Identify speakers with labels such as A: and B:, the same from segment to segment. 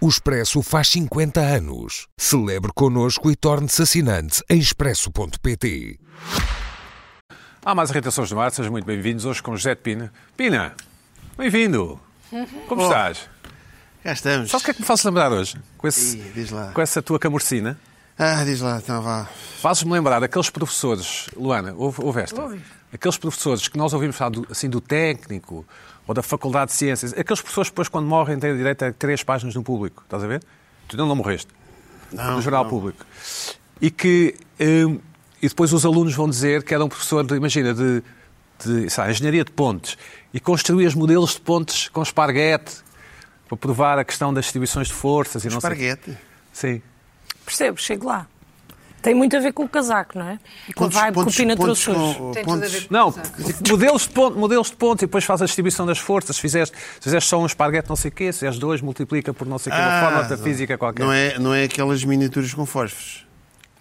A: O Expresso faz 50 anos. Celebre connosco e torne-se assinante em expresso.pt.
B: Há mais irritações no ar, sejam muito bem-vindos hoje com José de Pina. Pina, bem-vindo!
C: Oh.
B: Como estás?
C: Cá estamos.
B: Sabes o que é que me fazes lembrar hoje? Com, esse-
C: Ih, diz lá.
B: com essa tua camurcina?
C: Ah, diz lá, então vá.
B: Fazes-me lembrar aqueles professores, Luana, ouve, ouve esta. Aqueles professores que nós ouvimos falar do, assim do técnico ou da Faculdade de Ciências, aqueles professores que depois, quando morrem, têm direito a três páginas no público, estás a ver? Tu não, não morreste.
C: Não,
B: no Jornal
C: não.
B: Público. E que. hum, e depois os alunos vão dizer que era um professor, de, imagina, de, de sei lá, engenharia de pontes e construía os modelos de pontes com esparguete para provar a questão das distribuições de forças e não
C: Esparguete.
B: sei. Sim.
D: Percebo, chego lá. Tem muito a ver com o casaco, não é? E com a vibe que o Pina trouxe hoje.
C: com-
E: Tem tudo a
C: pontos-
E: ver com
B: Não, tipo,
E: o casaco.
B: modelos de, ponto, modelos de ponto, e depois faz a distribuição das forças. Se fizeste, se fizeste só um esparguete, não sei o quê, se fizeste dois, multiplica por não sei o quê, uma
C: Ah,
B: forma física qualquer.
C: Não é, não é aquelas miniaturas com fósforos.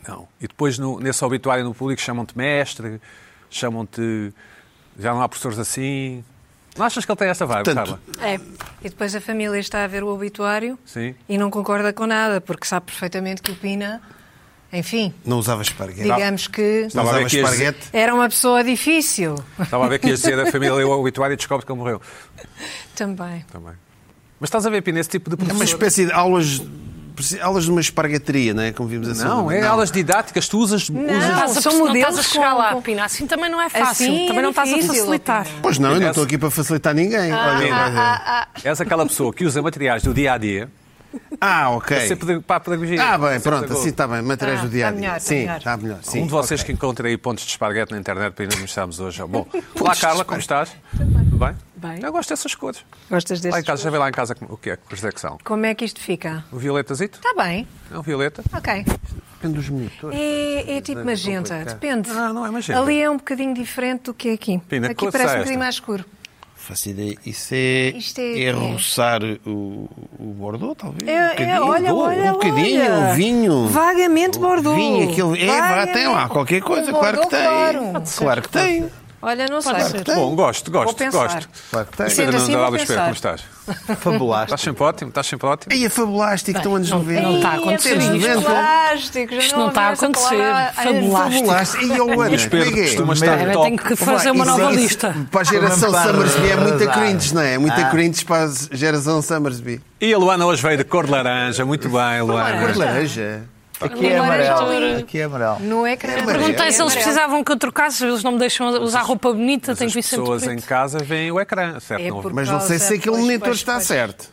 C: é-
B: Não. E depois, no- nesse obituário no público, chamam-te mestre, chamam-te. Já não há professores assim. Não achas que ele tem essa vibe,
C: Portanto,
B: Carla?
D: É.
E: E depois a família está a ver o obituário
B: Sim.
E: e não concorda com nada, porque sabe perfeitamente que o Pina, enfim,
C: Não usava esparguete.
E: digamos que
C: Não
B: Estava a ver
C: usava
B: que ias-
C: esparguete.
E: era uma pessoa difícil
B: Estava a ver que ias dizer a família o obituário e descobre que ele morreu.
E: também.
B: Também. Mas estás a ver, Pina, esse tipo de
C: É uma
B: professor.
C: espécie de aulas. Aulas de uma espargateria, não é? Como vimos assim.
B: Não, é aulas didáticas, tu usas. usas...
D: Estás a-
E: são
D: não estás a
E: modelos
D: chegar
E: com-
D: lá,
E: com-
D: Pina. Assim também não é fácil.
E: Assim é
D: também não estás a
E: difícil,
D: facilitar.
C: Pois não, eu não estou aqui para facilitar ninguém.
E: Ah.
C: Olha,
B: Pina,
C: olha.
B: És aquela pessoa que usa materiais do dia a dia
C: Ah, ok.
B: sempre para a pedagogia.
C: Ah, bem,
B: Sempre
C: pronto,
B: para-
C: assim está bem. Materiais
E: Ah,
C: do dia a
E: está melhor,
C: dia.
E: está
C: Sim,
E: melhor.
C: está melhor. sim.
B: Um é de vocês que encontra aí pontos de esparguete na internet para ainda mostrarmos hoje. é um Bom, olá
C: de
B: Carla, como estás? Tudo bem?
D: Bem.
B: Eu gosto dessas cores.
E: Gostas
B: Lá em
E: deste?
B: casa, já vê lá em casa como- o que é, que cores é que são.
E: Como é que isto fica?
B: O violetazito?
D: Tá.
E: Está bem,
B: É um violeta.
E: ok.
C: Depende dos monitores.
E: É, é tipo magenta, depende.
B: Ah, não é magenta.
E: Ali é um bocadinho diferente do que é aqui.
B: Pina, que
E: aqui
B: cor
E: parece
B: será
E: um
B: esta?
E: bocadinho mais escuro.
C: Faço ideia. Isso é.
E: Isto é- é.
C: roçar o, o Bordeaux, talvez?
E: É, é, olha,
C: Bordeaux,
E: olha,
C: Um bocadinho,
E: olha.
C: um vinho.
E: Vagamente Bordeaux.
C: Vinho, aquele. É, vá,
E: Vagamente.
C: tem lá qualquer coisa,
E: Um
C: claro que tem.
E: Bordeaux claro.
C: Claro que tem.
E: Olha, não sei.
C: ser. Tem.
B: Bom, gosto, gosto,
E: Vou pensar.
B: gosto.
C: Claro que tem.
E: Sim.
B: Pedro
E: assim,
B: Nuno
E: vou
B: Alves Pedro,
E: pensar.
B: como estás? Estás
C: Fabulaste.
B: sempre ótimo, estás sempre ótimo.
C: Aí a fabulaste que é estão anos 90.
D: não
E: é
D: está a acontecer
C: Anos
D: isto.
C: 90.
E: Plástico, já
D: Isto não está
E: ouvi
D: a
E: essa
D: acontecer.
E: palavra.
D: Fabulástico.
C: Fabulaste. E eu, Ana,
B: Mas Pedro,
C: como é que é?
B: costuma estar
D: Olha,
B: top.
D: tenho que fazer uma
C: Isso-
D: nova
C: isso-
D: lista.
C: Para a geração
F: Vamos para-
C: Summersby é muita cringe, não é? Muita
F: Ah.
C: cringe para a geração Summersby.
B: E a Luana hoje veio de cor de laranja, muito bem,
C: Cor de
B: Luana.
C: laranja.
F: Aqui é
E: Agora já
F: amarelo.
E: li.
F: Aqui é amarelo.
E: Não é que
C: É, mas-
D: Perguntei se eles
E: Amarelo.
D: precisavam que eu trocasse, eles não me deixam usar roupa bonita, tenho
B: As
D: que ir sempre
B: pessoas em
D: preto.
B: casa veem o ecrã, certo?
E: É
B: Não-
E: porque-
C: Mas não sei se
E: Pois,
C: aquele
E: pois,
C: monitor
E: pois,
C: está
E: pois.
C: certo.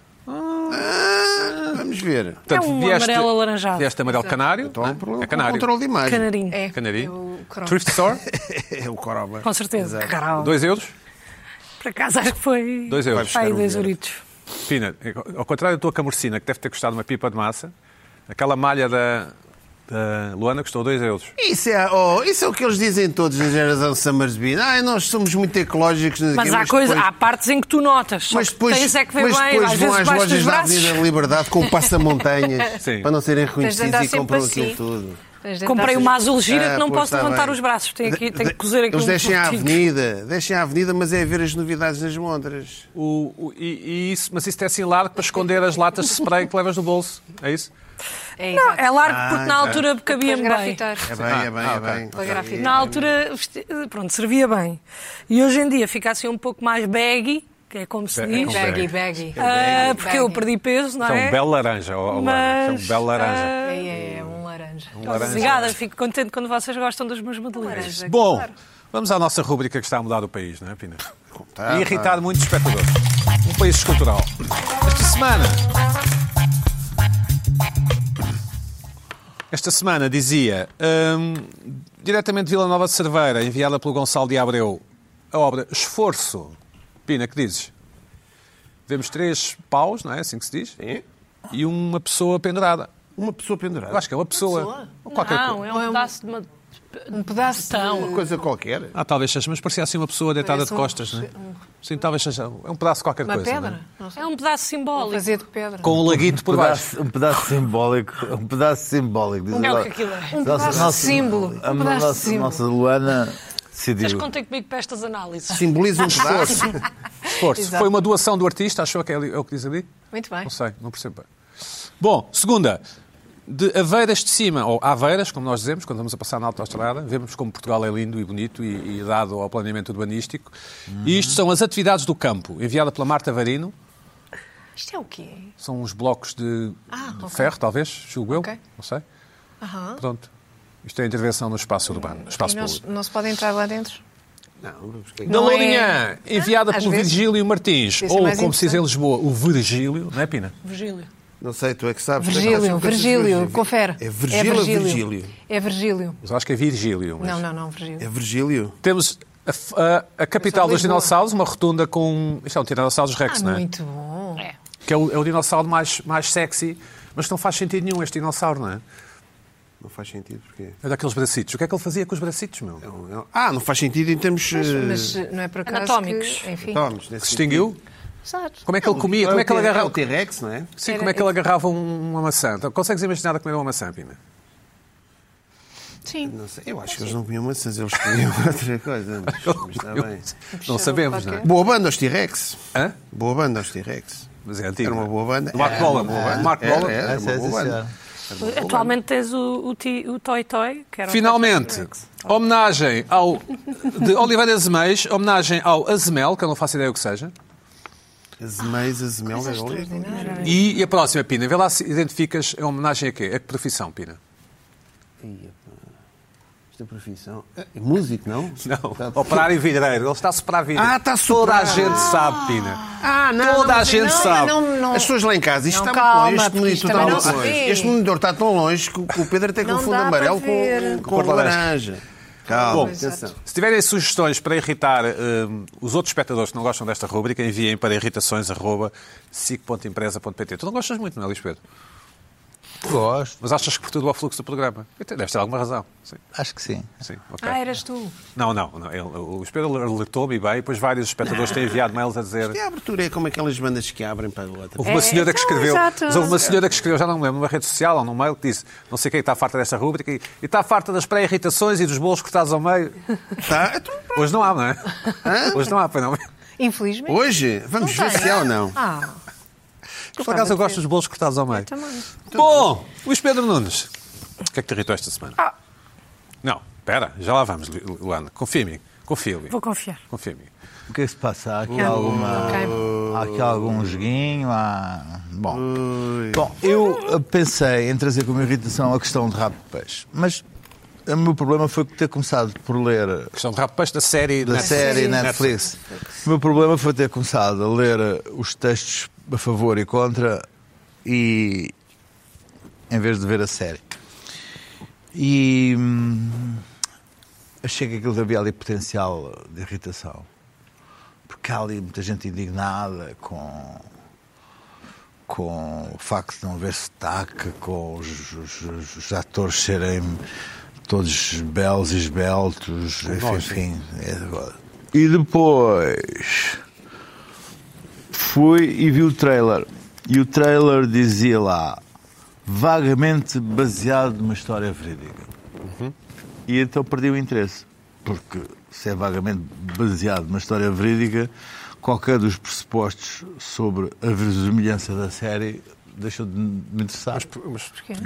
C: Ah, Vamos ver.
B: Portanto,
D: É um amarelo alaranjado.
B: Vieste amarelo canário.
C: Então há
B: não
C: um
B: é?
C: problema
B: é
C: com o
B: canário.
C: controle de imagem.
D: Canarinho,
E: É,
B: Canarinho.
E: eu cromo.
B: Thrift Store,
C: É o Coroba.
D: com certeza. Caralho.
B: 2 euros.
D: Para casa acho que foi...
B: 2 euros. é.
D: Pai,
C: um
D: dois
C: verde.
D: euritos.
B: Pina, ao contrário da tua camurcina, que deve ter custado uma pipa de massa, aquela malha da, da Luana custou 2 euros.
C: Isso é, oh, isso é o que eles dizem todos na geração Summersby. Ah, nós somos muito ecológicos. não sei
D: Mas
C: quê,
D: há, coisa,
C: depois-
D: há partes em que tu notas. só
C: Mas
D: que
C: depois,
D: tens é que ver
C: mas
D: bem,
C: depois
D: às
C: vão
D: vezes
C: às
D: baixo dos
C: lojas da
D: braços.
C: Avenida da Liberdade com o passamontanhas
B: Sim.
C: para não serem
E: Tens de andar
C: reconhecidos e
E: sempre
C: compram
E: assim.
C: aquilo tudo.
E: Tens de
D: Comprei
E: andar-
D: uma azul gira que
C: Ah,
D: não
C: pois,
D: posso
C: está
D: levantar
C: bem.
D: os braços. Tenho, aqui,
C: De-
D: tenho que cozer aqui um
C: Eles
D: uns
C: deixem à
D: pontinhos.
C: avenida, deixem à avenida, mas é ver as novidades nas montras.
B: O- o- e, e isso, mas isso é assim largo para esconder as latas de spray que levas no bolso. É isso?
E: É,
D: Não,
E: exato.
D: é largo porque na
C: Ah,
D: altura
E: Para
D: cabia-me bem.
E: grafitar.
C: É bem, é bem,
B: ah,
C: é
B: ok.
C: bem.
E: Para grafitar.
D: Na altura, vesti- pronto, servia bem. E hoje em dia fica assim um pouco mais baggy, que é como se
B: É,
D: diz.
B: é como-
E: Baggy, baggy.
D: Ah, porque eu
E: Baggy.
D: perdi peso, não
B: É um
D: é?
B: belo laranja, ó, ó, Luana. Isso
D: Mas,
B: É um belo laranja.
D: ah,
E: É, é, é um laranja.
D: Obrigada, fico contente quando vocês gostam dos meus madeleines.
E: Laranja,
B: Bom,
E: claro.
B: vamos à nossa rúbrica que está a mudar o país, não é, Pina?
C: tá,
B: e irritar muitos espectadores. Um país escultural. Esta semana. Esta semana dizia, hum, diretamente de Vila Nova de Cerveira, enviada pelo Gonçalo de Abreu, a obra Esforço. Pina, que dizes? Vemos três paus, não é assim que se diz? E uma pessoa pendurada.
C: Uma pessoa pendurada.
B: Eu acho que é uma pessoa. Ou qualquer
D: Não, é um pedaço de uma...
E: Um pedaço
D: Então.
C: Uma coisa qualquer.
B: Ah, talvez seja, mas parecia assim uma pessoa deitada
E: Parece
B: de
E: um-
B: costas, não é? Sim, talvez seja. É um pedaço de qualquer
E: Uma
B: coisa. não é?
E: pedra? Não sei.
D: É um pedaço simbólico.
E: Fazia de pedra.
B: Com um laguito por
F: Um
B: baixo.
F: pedaço, um pedaço simbólico. Um pedaço simbólico. diz
D: É o
F: agora.
D: que aquilo é.
E: Um pedaço de símbolo.
F: A
E: Um pedaço de
F: nossa,
E: símbolo.
F: nossa Luana
D: Mas
F: decidiu.
D: contem comigo para estas análises.
C: Simboliza um pedaço.
B: Esforço. Foi uma doação do artista, achou que é ali- é o que diz ali?
E: Muito bem.
B: Não sei, não percebo. bem. Bom, segunda. De Aveiras de cima, ou Aveiras, como nós dizemos, quando vamos a passar na autoestrada, vemos como Portugal é lindo e bonito e, e dado ao planeamento urbanístico. E isto são as atividades do campo, enviada pela Marta Varino.
E: Isto é o quê?
B: São uns blocos de,
E: Ah,
B: de
E: ok.
B: ferro, talvez, julgo eu,
E: Ok.
B: não sei.
E: Aham.
B: Pronto. Isto é a intervenção no espaço urbano, no
E: E
B: espaço
E: nós-
B: público.
E: não se pode entrar lá dentro?
B: Na
E: Não é-
B: Lourinhã, enviada
E: Ah, às
B: pelo
E: vezes.
B: Virgílio Martins,
E: Isso é
B: ou
E: mais
B: como se diz em
E: interessante.
B: Lisboa, o Virgílio, não é, Pina?
D: Virgílio.
C: Não sei, tu é que sabes.
E: Virgílio, Virgílio, confere.
C: É Virgílio ou Virgílio?
E: É Virgílio.
B: Mas acho que é Virgílio. mas-
E: Não, não, não, Virgílio.
C: É Virgílio.
B: Temos a, f- a- a capital
E: Eu sou
B: dos
E: de Lisboa.
B: dinossauros, uma rotunda com. Isto é um Tiranossauros Rex,
E: Ah,
B: não é?
E: muito bom.
B: Que é o, é o dinossauro mais, mais sexy, mas que não faz sentido nenhum este dinossauro, não é?
C: Não faz sentido, porque
B: É daqueles bracitos. O que é que ele fazia com os bracitos, meu?
C: Ah, não faz sentido em termos
E: Mas eh, não é por acaso
D: Anatómicos.
E: que- enfim.
C: atómicos.
B: Se extinguiu?
E: Exato.
B: Como é que ele comia? Como é que ele
C: agarrava? o
B: agarrava?
C: T-Rex, não é?
B: Sim,
E: Era-
B: como é que ele agarrava um- uma maçã? Então, consegues imaginar a comer uma maçã, Pina?
E: Sim.
C: Não sei, eu acho que eles não comiam maçãs, eles comiam outra coisa. Mas, mas está bem.
B: Não sabemos, não é?
C: Boa banda aos T-Rex.
B: Hã?
C: Boa banda aos T-Rex.
B: Mas é antigo.
C: Era uma boa banda.
B: Do Mark
C: Era uma
B: Bolan.
C: boa banda.
B: Mark
C: Era,
B: Bolan.
C: era uma
F: Essa-
C: boa
F: essa-
C: banda.
D: Atualmente tens o, o, ti- o Toy Toy, que era um o
B: Finalmente, homenagem ao de Oliveira Azeméis, homenagem ao Azemel, que eu não faço ideia o que seja.
C: As meias, as é mel,
E: Ah, Coisas
C: era ali.
E: extraordinárias.
B: E, e a próxima, Pina, vê lá se identificas a homenagem a quê? A que profissão, Pina?
C: Ia, pá. Esta profissão. É, é músico, não?
B: Não,
C: Tá-
B: operário vidreiro. Ele está a soprar vidro.
C: Ah, está a
B: Toda a
C: soprar.
B: gente sabe, Pina.
C: Ah, não,
B: Toda
C: não,
B: a gente
E: não,
B: sabe.
E: Não, não,
C: As pessoas lá em casa, isto
E: Não,
C: está
E: calma,
C: muito longe. Este monitor
E: porque isto
C: está
E: também
C: muito
E: não se
C: longe.
E: vê.
C: Este monitor está tão longe que o que o Pedro até
E: Não
C: confunde
E: dá para
C: amarelo
E: ver.
C: com, com,
B: Cor de laranja.
C: laranja. Calma,
B: Bom,
C: atenção.
B: Se tiverem sugestões para irritar hum, os outros espectadores que não gostam desta rubrica, enviem para irritações.sic.empresa.pt. Tu não gostas muito, não é, Luís Pedro?
F: Gosto.
B: Mas achas que perturba o fluxo do programa? Então, Deves ter alguma razão. Sim,
F: Acho que sim.
B: sim, ok.
E: Ah, eras tu.
B: Não, não. não. Ele- o Luís Pedro alertou-me bem, e depois vários espectadores têm enviado mails a dizer...
C: E a abertura é como aquelas bandas que abrem para a outra.
B: Houve uma
E: É,
B: senhora que
E: então,
B: escreveu,
E: exato.
B: mas houve uma senhora que escreveu, já não me lembro, numa rede social ou num mail que disse, não sei quem está farta desta rúbrica e, e está farta das pré-irritações e dos bolos cortados ao meio.
C: Tá? Então,
B: Hoje não há, não é? Hoje não há, pois não.
E: Infelizmente.
C: Hoje, vamos ver se é ou não.
E: Ah,
B: Por acaso eu gosto dos bolos cortados ao meio.
E: também.
B: Bom, Luís Pedro Nunes, o que é que te irritou esta semana? Não, espera, já lá vamos, Lu- Luana. Confia-me, confia-me,
D: Vou confiar.
B: confia-me.
F: O que é que se passa? Há aqui, alguma,
E: ok.
F: há aqui algum joguinho? Há... Bom.
C: Ui.
F: Bom, eu eh, pensei em trazer como irritação a questão de rabo de peixe, mas eh, o meu problema foi ter começado por ler
B: Questão de rapaz da série
F: da série Netflix. O meu problema foi ter começado a ler eh, os textos a favor e contra e em vez de ver a série. E hum, achei que aquilo havia ali potencial de irritação. Porque há ali muita gente indignada com, com o facto de não haver sotaque, com os, os- os- os atores serem todos belos e esbeltos, enfim, enfim. é de agora. E depois fui e vi o trailer. E o trailer dizia lá, vagamente baseado numa história verídica.
C: Uhum.
F: E então perdi o interesse. Porque se é vagamente baseado numa história verídica, qualquer dos pressupostos sobre a verosimilhança da série deixou de me interessar. Por- porque,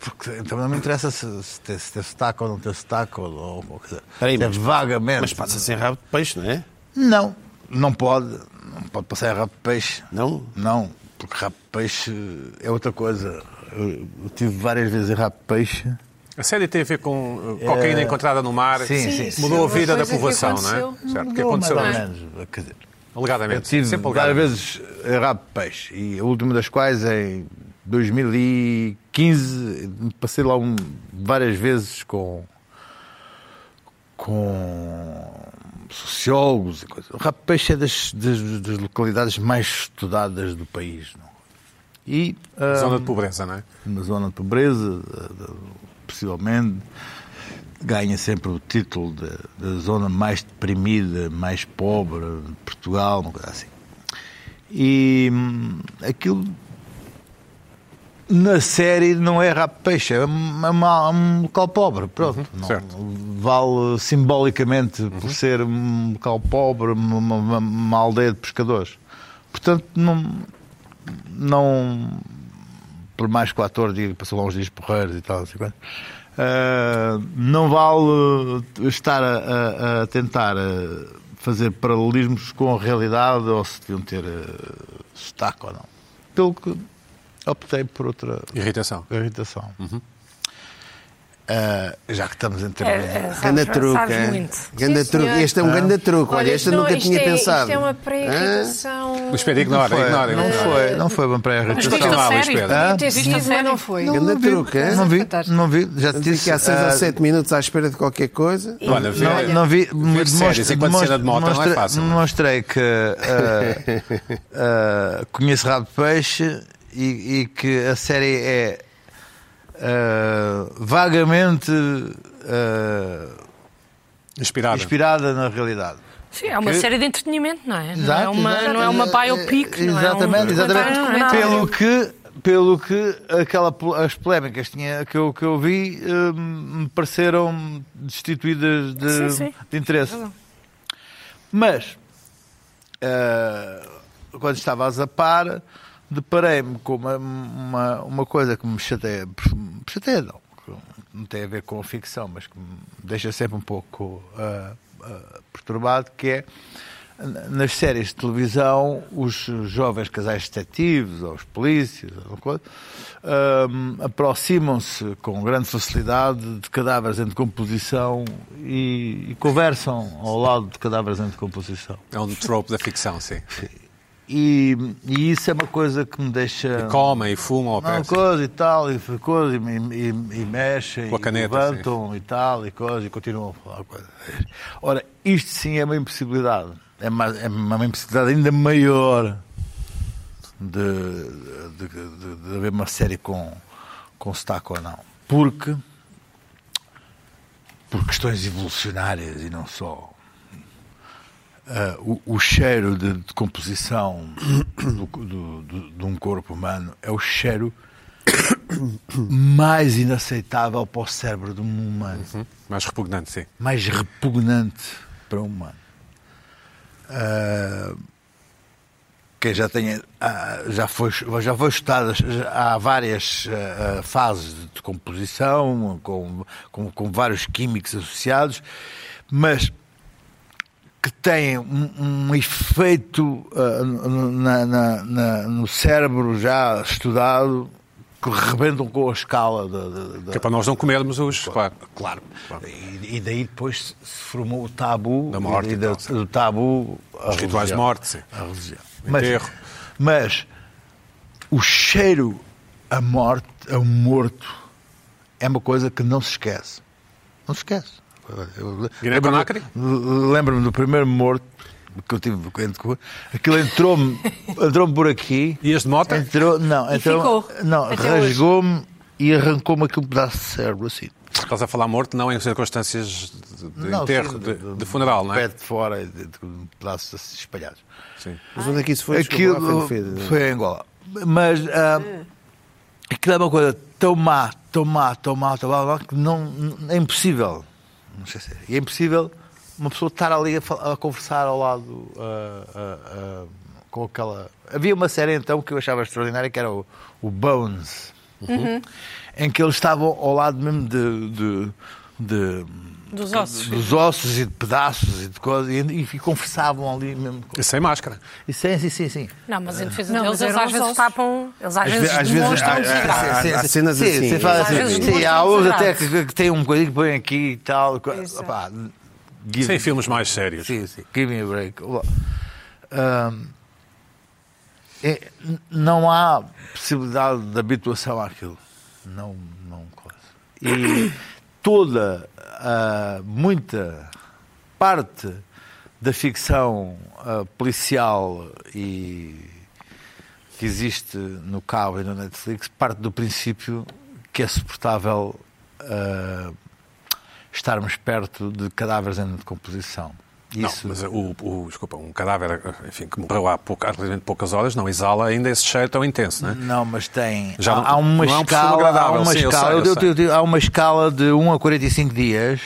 F: porque então não me interessa se, se, tem, se tem sotaque ou não tem sotaque, ou, ou, ou quer dizer,
C: Peraí,
F: se é
C: mas-
F: vagamente.
C: Mas passa sem rabo de peixe, não é?
F: Não, não pode. Não pode passar a rabo de peixe.
C: Não?
F: Não, porque rabo de peixe é outra coisa. Eu, eu tive várias vezes em rabo de peixe.
B: A série tem a ver com uh, cocaína encontrada no mar.
F: É. Sim, sim, sim.
B: Mudou a
E: Sim,
B: vida
E: uma
B: da
E: coisa que
B: povoação, não é?
E: aconteceu.
B: Certo, que
F: Mudou,
B: aconteceu
F: mais ou
B: isto.
F: menos, quer dizer, Eu
B: Alegadamente.
F: tive
B: Sempre
F: várias
B: alegadamente.
F: vezes em rabo de peixe. E a última das quais em 2015. Passei lá um- várias vezes com. com sociólogos e coisas. O rabo de peixe é das, das- das localidades mais estudadas do país. Não? E. ah,
B: Zona de pobreza, não é?
F: na zona de pobreza, de- de- possivelmente. Ganha sempre o título de- da zona mais deprimida, mais pobre de Portugal, uma coisa assim. E hum, aquilo na série não é rabo de peixe, é um, é uma- um local pobre, pronto. Não-
B: certo.
F: Vale simbolicamente por ser um local pobre, uma, uma- uma- uma aldeia de pescadores. Portanto, não, não, por mais que o ator diga que passou lá uns dias porreiros e tal, não sei quanto, ah, não vale eh, estar a, a- a tentar eh, fazer paralelismos com a realidade ou se deviam ter eh, destaque ou não. Pelo que optei por outra
B: Irritação.
F: irritação.
B: Uhum.
F: Ah, já que estamos em termos de-
D: É, é,
C: Ganda
D: sabes,
C: truque.
D: sabes
C: é?
D: muito.
C: Ganda
E: Sim,
C: truque.
E: senhor.
C: Este é um ganda truque. Olha, este eu
E: não,
C: nunca
E: isto
C: tinha
E: é-
C: pensado.
E: Isto é uma
C: Hã?
E: pré-irritação.
B: Luís Pedro, ignora,
F: Foi,
B: ignora.
F: não
B: ignora.
F: foi, não foi uma pré-irritação.
D: Mas diz-te
B: lá,
D: a
B: Luís
D: sério?
B: Pedro.
E: Podia ter
D: Viste a
E: sido, mas
D: série?
E: não foi.
C: Ganda
F: Não vi,
C: truque, é?
F: Não vi,
E: Fantástico.
F: não vi. Já te
C: Estamos aqui
F: disse.
C: há 6 ou
F: ah,
C: 7 minutos à espera de qualquer coisa.
B: Olha, vê-
F: Não, não vi.
B: Ver séries enquanto cena de moto não é
F: demonstra-
B: fácil, não é?
F: Demonstrei que ah, ah, conheço Rabo de Peixe e, e que a série é ah, vagamente ah,
B: Inspirada.
F: inspirada na realidade.
D: Sim, é uma
B: Que-
D: série de entretenimento, não é? não é
F: Exato,
D: uma,
F: exato.
D: não é uma biopic, não é um
F: Exatamente, exatamente.
D: documentário, não é nada.
F: Pelo que, pelo que aquela, pol- as polémicas tinha, que, eu, que eu vi eh, me pareceram destituídas de,
D: Sim, sim.
F: de interesse. Mas, eh, quando estava a zapar, deparei-me com uma, uma, uma coisa que me chateia, me chateia não, que não tem a ver com ficção, mas que me deixa sempre um pouco eh, eh, perturbado, que é n- nas séries de televisão, os jovens casais detetives, ou os polícias, ou alguma coisa, hum, aproximam-se com grande facilidade de cadáveres em decomposição e, e conversam ao lado de cadáveres em decomposição.
B: É um trope da ficção, sim.
F: E, e isso é uma coisa que me deixa.
B: Comem e fumam ao pé.
F: Não, coisa e tal, e coisa, e, e, e mexem,
B: Com a caneta,
F: e levantam e tal, e coisa, e continuam a falar coisa. Ora, isto sim é uma impossibilidade. É uma, é uma impossibilidade ainda maior de, de, de- de haver uma série com, com sotaque ou não. Porque, por questões evolucionárias e não só, ah, o, o cheiro de decomposição do- do- do- de um corpo humano é o cheiro mais inaceitável para o cérebro de um humano,
B: Hum? Mais repugnante, sim.
F: mais repugnante para um humano. Ah, quem já tenha ah, já foi já foi estudado já há várias ah, ah, fases de decomposição com, com com vários químicos associados, mas que têm um, um efeito ah, no- na- na- na- no cérebro já estudado que rebentam com a escala da- da- da,
B: Que é para nós não comermos os. Claro.
F: Claro. E, e daí depois se formou o tabu
B: Da morte
F: e
B: e
F: da-
B: tal, sim.
F: do tabu
B: Os rituais de morte, sim.
F: a religião.
B: O
F: Mas,
B: enterro.
F: mas o cheiro à morte, a um morto, é uma coisa que não se esquece. Não se esquece. Eu-
B: Guiné Conakry?
F: Lembro-me lembro-me do primeiro morto que eu tive. Aquilo entrou-me entrou por aqui.
B: E este de moto?
F: Entrou, não,
E: E
F: entrou,
E: ficou,
F: não
E: até
F: rasgou-me e arrancou-me aquele pedaço de cérebro assim.
B: Estás a falar morto, não em circunstâncias de, de
F: Não,
B: enterro,
F: sim,
B: de, de funeral, não é?
F: Pé de fora, e de, de pedaços assim espalhados.
B: Sim.
C: Mas onde é que é? isso foi? Desculpa, lá
F: Aquilo
C: foi no Fed.
F: foi em Angola. Mas ah, aquilo é uma coisa tão má, tão má, tão má, tão má, tão má, que não, não- é impossível. Não sei se é. É impossível uma pessoa estar ali a, fal- a conversar ao lado ah, ah, ah, com aquela. Havia uma série então que eu achava extraordinária que era o, o Bones,
B: Uhum.
F: em que eles estavam ao lado mesmo de- de- de
D: Dos ossos.
F: dos ossos e de pedaços e de coisas, e, e, e conversavam ali mesmo.
B: E sem máscara.
F: E sim, sim, sim. sim.
D: Não, mas em defesa
E: Não,
D: deles,
E: mas
D: eles
E: eram
D: às
E: os
D: vezes
E: ossos.
D: tapam. Eles às vezes
C: às vezes-
D: demonstram
C: há- há-
D: desgraça.
F: É,
C: há- há cenas
F: sim,
C: assim.
F: Sim, fala
D: Às vezes
F: assim, sim, há
D: mostram
F: uns até
D: desagrados.
F: que, que tem um bocadinho que põe aqui e tal. co-
E: Exato.
F: opá, give-
B: Sem filmes mais sérios.
F: Sim, sim. Give me a break. Ahm, é, n- não há possibilidade de habituação àquilo. Não, não coisa. E toda, ah, muita parte da ficção ah, policial e que existe no cabo e na Netflix parte do princípio que é suportável ah, estarmos perto de cadáveres em decomposição.
B: Não,
F: Isso
B: mas o, o- desculpa, um cadáver enfim, que morreu há, pouca, há relativamente poucas horas não exala ainda esse cheiro tão intenso, não é?
F: Não, mas tem.
B: Já
F: há,
B: não-
F: há uma
B: não é um perfil
F: escala. Há
B: agradável,
F: uma
B: sim, eu
F: escala, um
B: sei, eu
F: eu- eu-
B: sei.
F: eu- há uma escala de 1 a 45 dias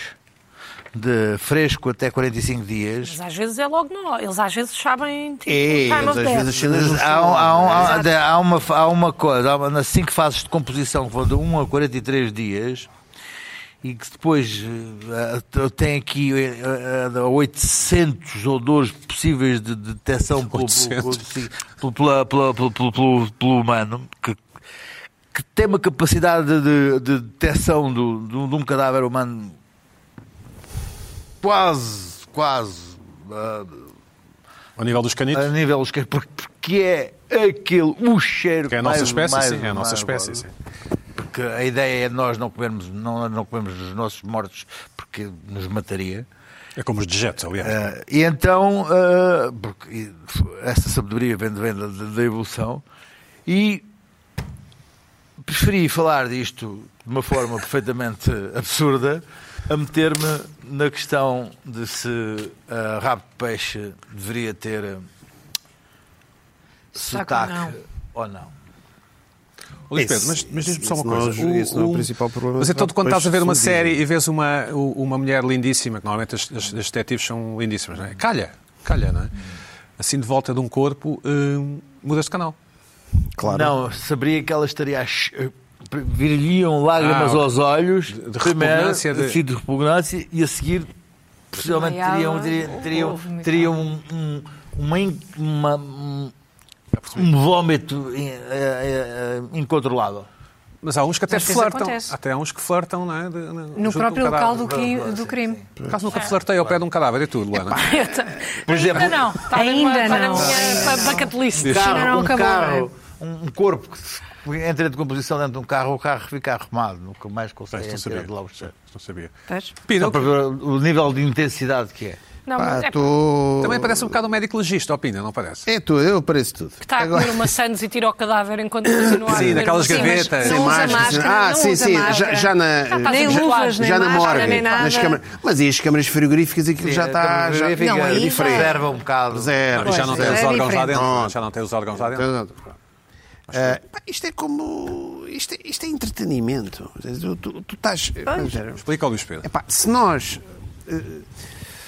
F: de fresco até 45 dias.
D: Mas às vezes é logo não. Eles às vezes sabem. Tipo,
F: É,
D: time
C: mas
D: of
C: às
D: death.
C: vezes as cenas não
F: Há, um-
C: são-
F: há um- há- há uma, há uma coisa, há uma- nas 5 fases de composição que vão de 1 a 43 dias e que depois eh, eh, tem aqui eh, eh, 800 odores possíveis de detecção pelo, pelo,
B: 800.
F: pelo, pela- pela- pelo- pelo- pelo- pelo humano que, que tem uma capacidade de, de detecção do, do- de um cadáver humano quase, quase ah,
B: Ao nível dos canitos.
F: a nível dos queijos, porque, porque é aquele o cheiro
B: Que é a nossa
F: mais-
B: espécie,
F: mais-
B: sim. É a nossa
F: mais-
B: espécie, sim.
F: Porque a ideia é nós não comermos, não, não comermos os nossos mortos porque nos mataria.
B: É como os dejetos, aliás.
F: Ah, e então, ah, porque e, f- essa sabedoria vem, vem da, da- da evolução, e preferi falar disto de uma forma perfeitamente absurda a meter-me na questão de se ah, rabo de peixe deveria ter ah,
E: Sotaque
F: sotaque
E: ou não.
F: ou não.
B: Ô, Luís Pedro,
C: Esse-
B: mas, mas diz-me só uma
C: isso não é
B: coisa.
C: o- isso não é o principal problema
B: Mas
C: do
B: então,
C: Rato
B: quando estás a ver uma
C: Peixe
B: série e vês uma, u- uma mulher lindíssima, que normalmente as, as, as detetives são lindíssimas, não é? Calha, calha, não é? Assim, de volta de um corpo, hum, mudas de canal.
C: Claro.
F: Não, saberia que ela estaria a... ch- Viririam lágrimas
B: Ah, ok.
F: aos olhos,
B: de
F: primeiro,
B: repugnância de-
F: sim, de repugnância, e a seguir, possivelmente, teriam,
E: Desmaiava
F: teriam,
E: ou
F: teriam,
E: vomitava.
F: teriam um, um- uma in- uma- um- um vómito eh, eh, eh, incontrolável.
B: Mas há uns que até
E: Às vezes
B: flertam.
E: acontece.
B: Até há uns que flertam, não é? De- de-
E: No
B: junto de um
E: próprio local
B: cadáver.
E: do, É. cri- do crime.
B: Por acaso nunca flertei ao pé de um cadáver, e tudo, Luana?
F: Por exemplo,
D: Ainda não. Está
E: Ainda
D: na, minha-
E: não.
D: Está na minha bucket list.
F: um carro,
E: Ainda não é?
F: um,
E: acabou,
F: carro, um um corpo que se entra de composição dentro de um carro, o carro fica arrumado, nunca mais
B: Pois,
F: consegue
B: não
F: entrar
B: sabia.
F: de lá o cheiro.
B: É, Não sabia.
E: Pois.
B: Pina,
C: Então,
F: Só para ver o nível de intensidade que é.
D: Não, mas
C: Pá,
D: é
C: tu...
B: também parece um bocado um médico legista, opina, não parece?
C: É tudo, eu pareço tudo.
D: que está a comer uma Sands e tira o cadáver enquanto continua a
B: Sim,
D: comer
B: daquelas
D: uma-
B: gavetas.
D: Sim, mas
E: Não
C: Sem
E: usa
C: máscara,
E: máscara,
C: sem- Ah,
E: não
C: sim,
E: usa
C: sim.
E: máscara.
C: Já, já na.
D: Já tá
E: Nem
D: Já-
E: luvas, nem
C: já na
E: máscara,
C: morgue.
E: nem nada.
C: Nas câmaras- Mas e as câmaras frigoríficas aquilo já está. Já...
F: Fica
E: Não, aí
F: é diferente.
E: já-
F: Reserva um bocado.
C: Zero.
B: E já não
E: Pois,
B: tem os
E: é
B: órgãos lá
E: diferente.
B: dentro. não é?
C: Não. Então,
B: Já não tem os órgãos lá dentro.
C: Ah, pá, isto é como. Isto é, isto é entretenimento. Tu, tu, tu estás. vamos ver.
B: Explica ao Luís Pedro.
C: Epá, se nós.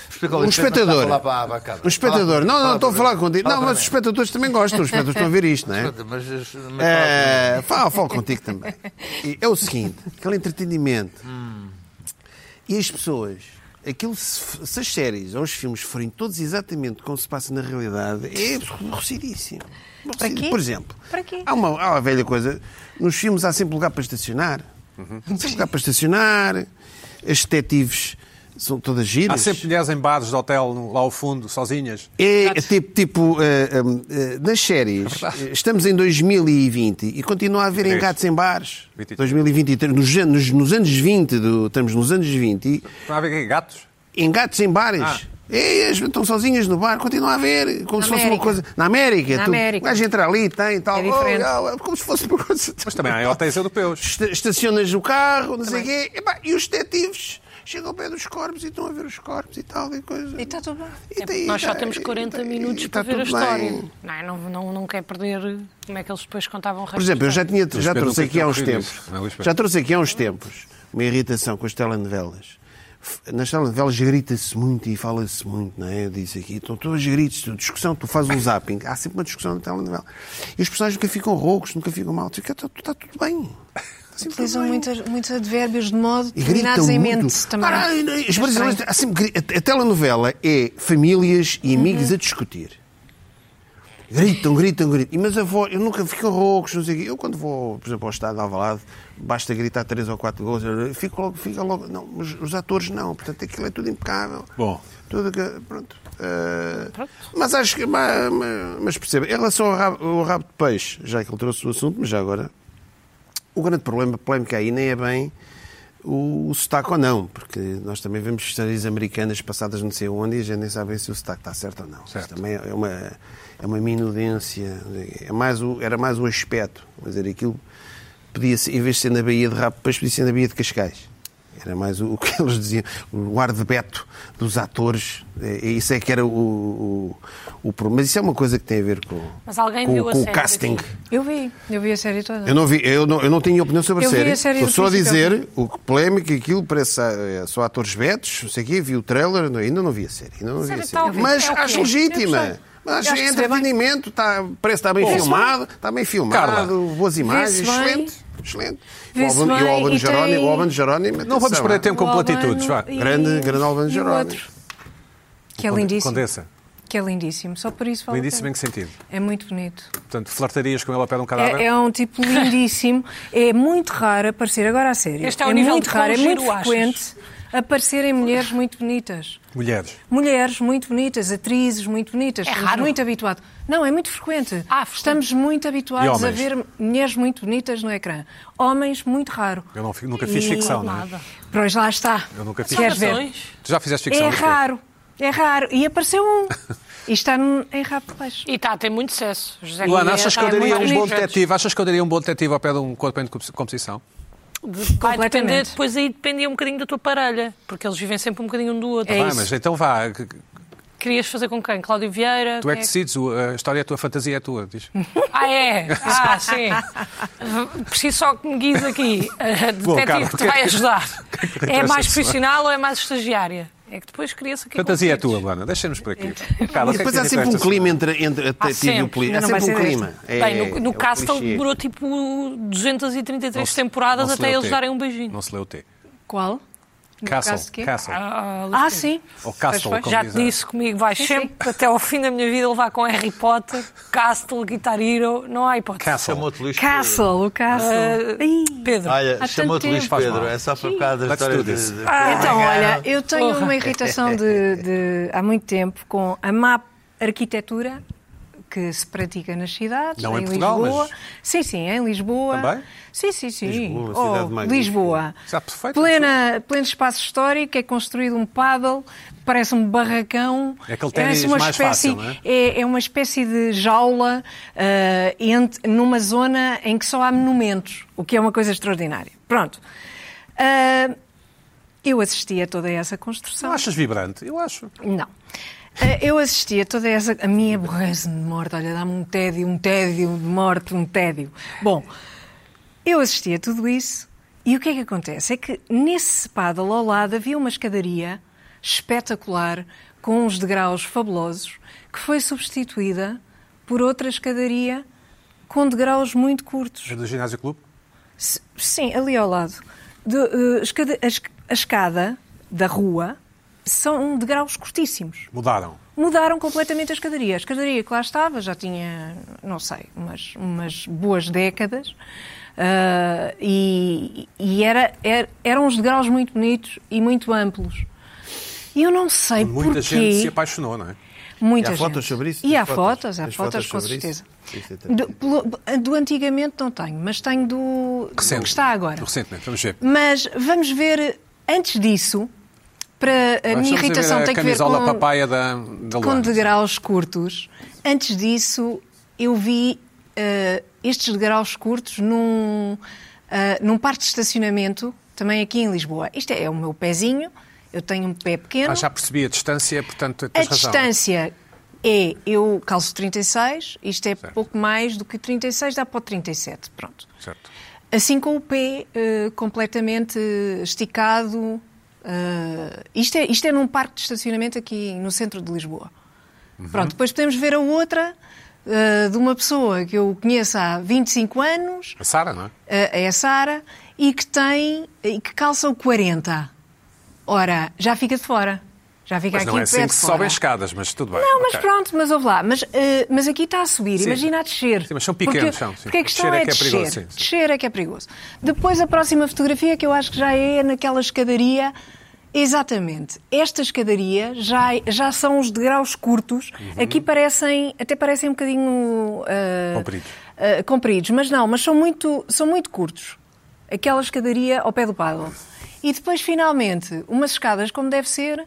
F: Explica
C: Um
F: lá, isto é-
C: espectador.
F: Fala para a abacada.
C: Um espectador.
F: Fala-
C: Não, não
F: fala
C: estou a
F: para
C: falar
F: mim.
C: contigo.
F: Fala
C: Não,
F: para
C: mas os
F: mim.
C: espectadores também gostam. Os espectadores estão a ver isto, não é?
F: Escuta, Mas, mas fala para mim.
C: É, fala, fala contigo também. E É o seguinte, aquele entretenimento. E as pessoas, aquilo, se, se as séries ou os filmes forem todos exatamente como se passa na realidade, é aborrecidíssimo.
E: Para quê?
C: Por exemplo,
E: Para quê?
C: Há, uma, há uma velha coisa, nos filmes há sempre lugar para estacionar.
E: Uhum.
C: Sempre lugar para estacionar, as detetives são todas
B: Há
C: giras.
B: sempre mulheres em bares de hotel, no- lá ao fundo, sozinhas.
D: Tá
C: É tipo, tipo eh, hum, eh, nas
D: É
C: séries, eh, estamos em 2020 e continua a haver
B: Três.
C: engates em bares.
B: 23.
C: 2023, nos anos, nos anos 20, do, estamos nos anos 20,
B: Não há a ver quê? gatos?
C: e engates em bares.
B: Ah.
C: É, as- estão sozinhas no bar, continua a haver, como
E: Na
C: se fosse uma
E: América.
C: coisa. Na América,
E: Na
C: tu, o
E: América.
C: gajo entra ali, tem e tal,
E: É diferente.
C: oh, oh, como se fosse uma coisa.
B: Mas também há em hotéis europeus.
C: Esta- Estacionas o carro, não sei o quê, epá, e os detetives chegam ao pé dos corpos e estão a ver os corpos e tal, e coisa.
E: E está tudo bem.
C: E tem-
D: É porque nós só
C: e
D: temos
C: tem-
D: 40
C: e
D: minutos
C: está
D: para ver a
C: tudo bem.
D: história. Não, é? não, não, não quer perder como é que eles depois contavam o resto
C: Por exemplo, eu
D: da
C: já, tinha, já
B: Pedro,
C: trouxe
B: não
C: aqui há uns
B: tem que
C: tempos.
B: ouvir isso, não é, Luís Pedro?
C: Já trouxe aqui há uns tempos uma irritação com as telenovelas. F- Nas telenovelas grita-se muito e fala-se muito, não é? Eu disse aqui, estão todos gritos, tu- discussão, tu fazes um zapping, há sempre uma discussão na telenovela. E os personagens nunca ficam roucos, nunca ficam mal, Tu fica, está, está tudo bem. Está sempre tudo
E: Utilizam
C: bem.
E: muitos, muitos advérbios de modo
C: E gritam
E: terminados em
C: muito.
E: mente também.
C: Para, e- e-
E: É
C: os brasileiros,
E: estranho.
C: há sempre assim, gri- a, a telenovela é famílias e amigos
E: Uhum.
C: a discutir. Gritam, gritam, gritam. E mas a voz, eu nunca fico roucos, não sei o quê. Eu quando vou, por exemplo, ao estado de Alvalade, basta gritar três ou quatro gols, eu fico logo, fica logo. Não, os, os atores não, portanto aquilo é tudo impecável.
B: Bom.
C: Tudo que, pronto. Eh, Mas acho que. ma- ma- Mas, perceba, em relação ao rabo, ao rabo de peixe, já que ele trouxe o assunto, mas já agora, o grande problema, a polémica aí, nem é bem o, o sotaque ou não, porque nós também vemos séries americanas passadas não sei onde e a gente nem sabe se o sotaque está certo ou não. Isso
B: Certo.
C: também é uma, é uma minudência, é mais o, era mais o aspecto, quer dizer, aquilo podia ser, em vez de ser na Baía de Rabo, depois podia ser na Baía de Cascais. Era mais o, o que eles diziam, o ar de Beto dos atores. É, é isso é que era o, o, o problema. Mas isso é uma coisa que tem a ver com,
D: Mas alguém
C: com,
D: viu a
C: com o
D: série
C: casting.
D: daqui?
E: Eu vi, eu vi a série toda.
C: Eu não, vi, eu, não, eu não tenho opinião sobre
E: Eu
C: a
E: vi
C: série.
E: a série
C: Estou
E: do
C: só a
E: princípio ao
C: dizer o que polémico que aquilo parece é, só atores betos, não sei o quê, vi o trailer, não- ainda não vi a série. Ainda não vi
D: Série
C: a série.
D: tal,
C: Mas
D: é o quê?
C: acho legítima. Mas é
E: Eu acho que se vê bem.
C: entretenimento, tá, parece que está bem filmado, está bem filmado,
B: Carla,
C: boas imagens,
E: vê-se bem.
C: excelente. Excelente. O
E: Vê-se
C: Alban- E o
E: bem,
C: Alban
E: e
C: Jerónimo.
E: tem-
C: O Alban Jerónimo
B: Não vamos
C: atenção,
B: perder tempo
E: O
B: com
E: Albano
B: platitudes, vá.
E: e-
C: Grande- grande Alban
E: e o
C: Jerónimo.
E: outro, Que é lindíssimo.
B: Condessa.
E: Que é lindíssimo. Só por isso vale a
B: Lindíssimo em
E: pena.
B: que sentido?
E: É muito bonito.
B: Portanto, flertarias com ela ao pé de um cadáver?
E: É, é um tipo lindíssimo. É muito raro aparecer, agora a sério.
D: Este é o nível
E: muito
D: de
E: raro, é
D: quão
E: muito
D: giro achas.
E: frequente aparecerem mulheres muito bonitas.
B: Mulheres.
E: Mulheres muito bonitas, atrizes muito bonitas.
D: É
E: Estamos
D: raro?
E: muito habituado. Não, é muito frequente.
D: Ah, frequente.
E: Estamos muito
B: E
E: habituados a
B: homens?
E: ver mulheres muito bonitas no ecrã. Homens, muito raro.
B: Eu não fi- nunca fiz
E: E-
B: ficção, não é?
D: Nada.
E: Pois lá está.
B: Eu nunca fiz
E: Queres
B: ficção.
E: ver?
B: Tu já fizeste ficção?
E: É
B: Lisboa?
E: raro, é raro. E apareceu um. E está num- em rabo de peixe.
D: E está a ter muito sucesso. José
B: Luana,
D: Guilherme
B: achas que eu
D: está
B: daria
D: muito
B: um bom
D: bonito.
B: detetive? Achas que eu daria um bom detetive ao pé de um corpo em decomposi- composição?
D: Vai depender,
E: Completamente.
D: depois aí dependia um bocadinho da tua parelha, porque eles vivem sempre um bocadinho um do outro.
E: É
B: Vai,
E: isso.
B: mas então vá. que- que-
D: Querias fazer com quem? Cláudio Vieira?
B: Tu é que
D: Quem
B: decides, o- a história é tua, a fantasia é tua. Diz.
D: Ah, é? Ah, sim. V- Preciso só que me guies aqui. A
B: Bom, Carla,
D: detetive que te vai ajudar. É mais profissional ou é mais estagiária? É que depois cria-se aqui.
B: Fantasia é
D: conflitos.
B: tua, Luana. Deixa-nos por aqui. Carla, o
C: E
B: que é que
C: depois há
B: tu
C: sempre um
B: disseste?
C: clima entre, entre a
D: Há
C: detetive e o
D: sempre.
C: polícia. Há
E: Ainda não
C: sempre um
E: vai ser
C: clima. É-
D: Bem, no, no
C: é o
D: Castle
C: clichê.
D: demorou tipo 233
B: Não se-
D: temporadas
B: não se
D: até
B: leu o
D: eles
B: T.
D: darem um beijinho.
B: Não se leu o T.
E: Qual? No caso é? de
B: Castle.
E: quê?
B: Castle.
D: Ah,
E: Ah, sim.
B: Ou Castle,
E: Pois,
B: como
D: Já te
B: dizem.
D: disse comigo, vais
E: Sim,
D: sempre até ao fim da minha vida levar com Harry Potter, Castle, Guitar Hero, não há hipótese.
B: Castle.
F: Chamou-te Luís Pedro.
E: Castle, o Castle. Ih.
D: Pedro,
F: Olha,
E: tanto
F: chamou-te Luís
E: tempo.
F: Pedro. É só por causa da
B: Let's
F: história
B: do this.
F: de-
C: É.
F: de-
E: Então, olha, eu tenho
D: Porra.
E: uma irritação de, de- há muito tempo com a má arquitetura que se pratica nas cidades,
B: Não em
E: em,
B: Portugal,
E: Lisboa.
B: mas-
E: Sim, sim, em Lisboa.
B: Também?
E: Sim, sim, sim.
C: Lisboa, cidade
E: Oh,
C: magnífica.
E: Lisboa.
B: Está perfeito,
E: Plena, pleno espaço histórico, é construído um paddle, parece um barracão.
B: É aquele
E: parece
B: ténis
E: uma
B: mais
E: espécie,
B: fácil, não é?
E: é, é uma espécie de jaula ah, ent- numa zona em que só há monumentos, o que é uma coisa extraordinária. Pronto. Ah, eu assisti a toda essa construção.
B: Não achas vibrante? Eu acho.
E: Não. Ah, Eu assisti a toda essa. A minha aborrece-me de morte. Olha, dá-me um tédio, um tédio de morte, um tédio. Bom, eu assisti a tudo isso e o que é que acontece? É que nesse paddle ao lado havia uma escadaria espetacular com uns degraus fabulosos que foi substituída por outra escadaria com degraus muito curtos.
B: É do ginásio clube?
E: S- Sim, ali ao lado. De, eh, escada- a, esc- a escada da rua são degraus curtíssimos.
B: Mudaram.
E: Mudaram completamente a escadaria. A escadaria que lá estava já tinha, não sei, umas, umas boas décadas. ah, e e era, era- eram uns degraus muito bonitos e muito amplos. E eu não sei
B: Muita
E: porquê.
B: gente se apaixonou, não é?
E: Muita
C: E há
E: gente.
C: fotos sobre isso?
E: E
C: Tens
E: há
C: fotos?
E: fotos, há
C: Tens
E: fotos,
C: fotos
E: com
C: sobre
E: certeza.
C: isso? Isso é
E: Do, pelo- do antigamente não tenho, mas tenho do, do
B: Recente.
E: que está agora.
B: Recentemente, vamos ver.
E: Mas vamos ver, antes disso, para a
B: Nós
E: minha
B: estamos a ver
E: irritação
B: a
E: tem que ver
B: camisola
E: com,
B: papaya da, da
E: com
B: Luana.
E: degraus curtos. Antes disso, eu vi eh, estes degraus curtos num, eh, num parque de estacionamento, também aqui em Lisboa. Isto é, é o meu pezinho, eu tenho um pé pequeno.
B: Ah, já percebi a distância, portanto,
E: A
B: tens razão.
E: distância é, eu calço 36, isto é pouco mais do que 36, dá para o 37, pronto.
B: Certo.
E: Assim com o pé eh, completamente eh, esticado. eh, isto, é, isto é num parque de estacionamento aqui no centro de Lisboa.
B: Uhum.
E: Pronto, depois podemos ver a outra eh, de uma pessoa que eu conheço há 25 anos,
B: A Sara, não é?
E: eh, é a Sara, e que tem e que calça o 40. Ora, já fica de fora. Já fica
B: Mas
E: aqui
B: não é
E: o pé
B: assim
E: de
B: que se
E: fora.
B: sobem escadas, mas tudo bem.
E: Não, mas
B: Ok.
E: pronto, mas ouve lá. Mas, eh, mas aqui está a subir,
B: Sim.
E: imagina a descer.
B: Sim, mas são pequenos,
E: Porque-
B: são, sim.
E: Porque a questão
B: Descer é
E: é,
B: que é
E: descer.
B: perigoso, sim, sim.
E: Descer é que é perigoso. Depois a próxima fotografia que eu acho que já é naquela escadaria. Exatamente. Esta escadaria já, já são os degraus curtos.
B: Uhum.
E: Aqui parecem, até parecem um bocadinho... eh,
B: Compridos.
E: eh, compridos, mas não, mas são muito, são muito curtos. Aquela escadaria ao pé do paddle. E depois, finalmente, umas escadas como deve ser,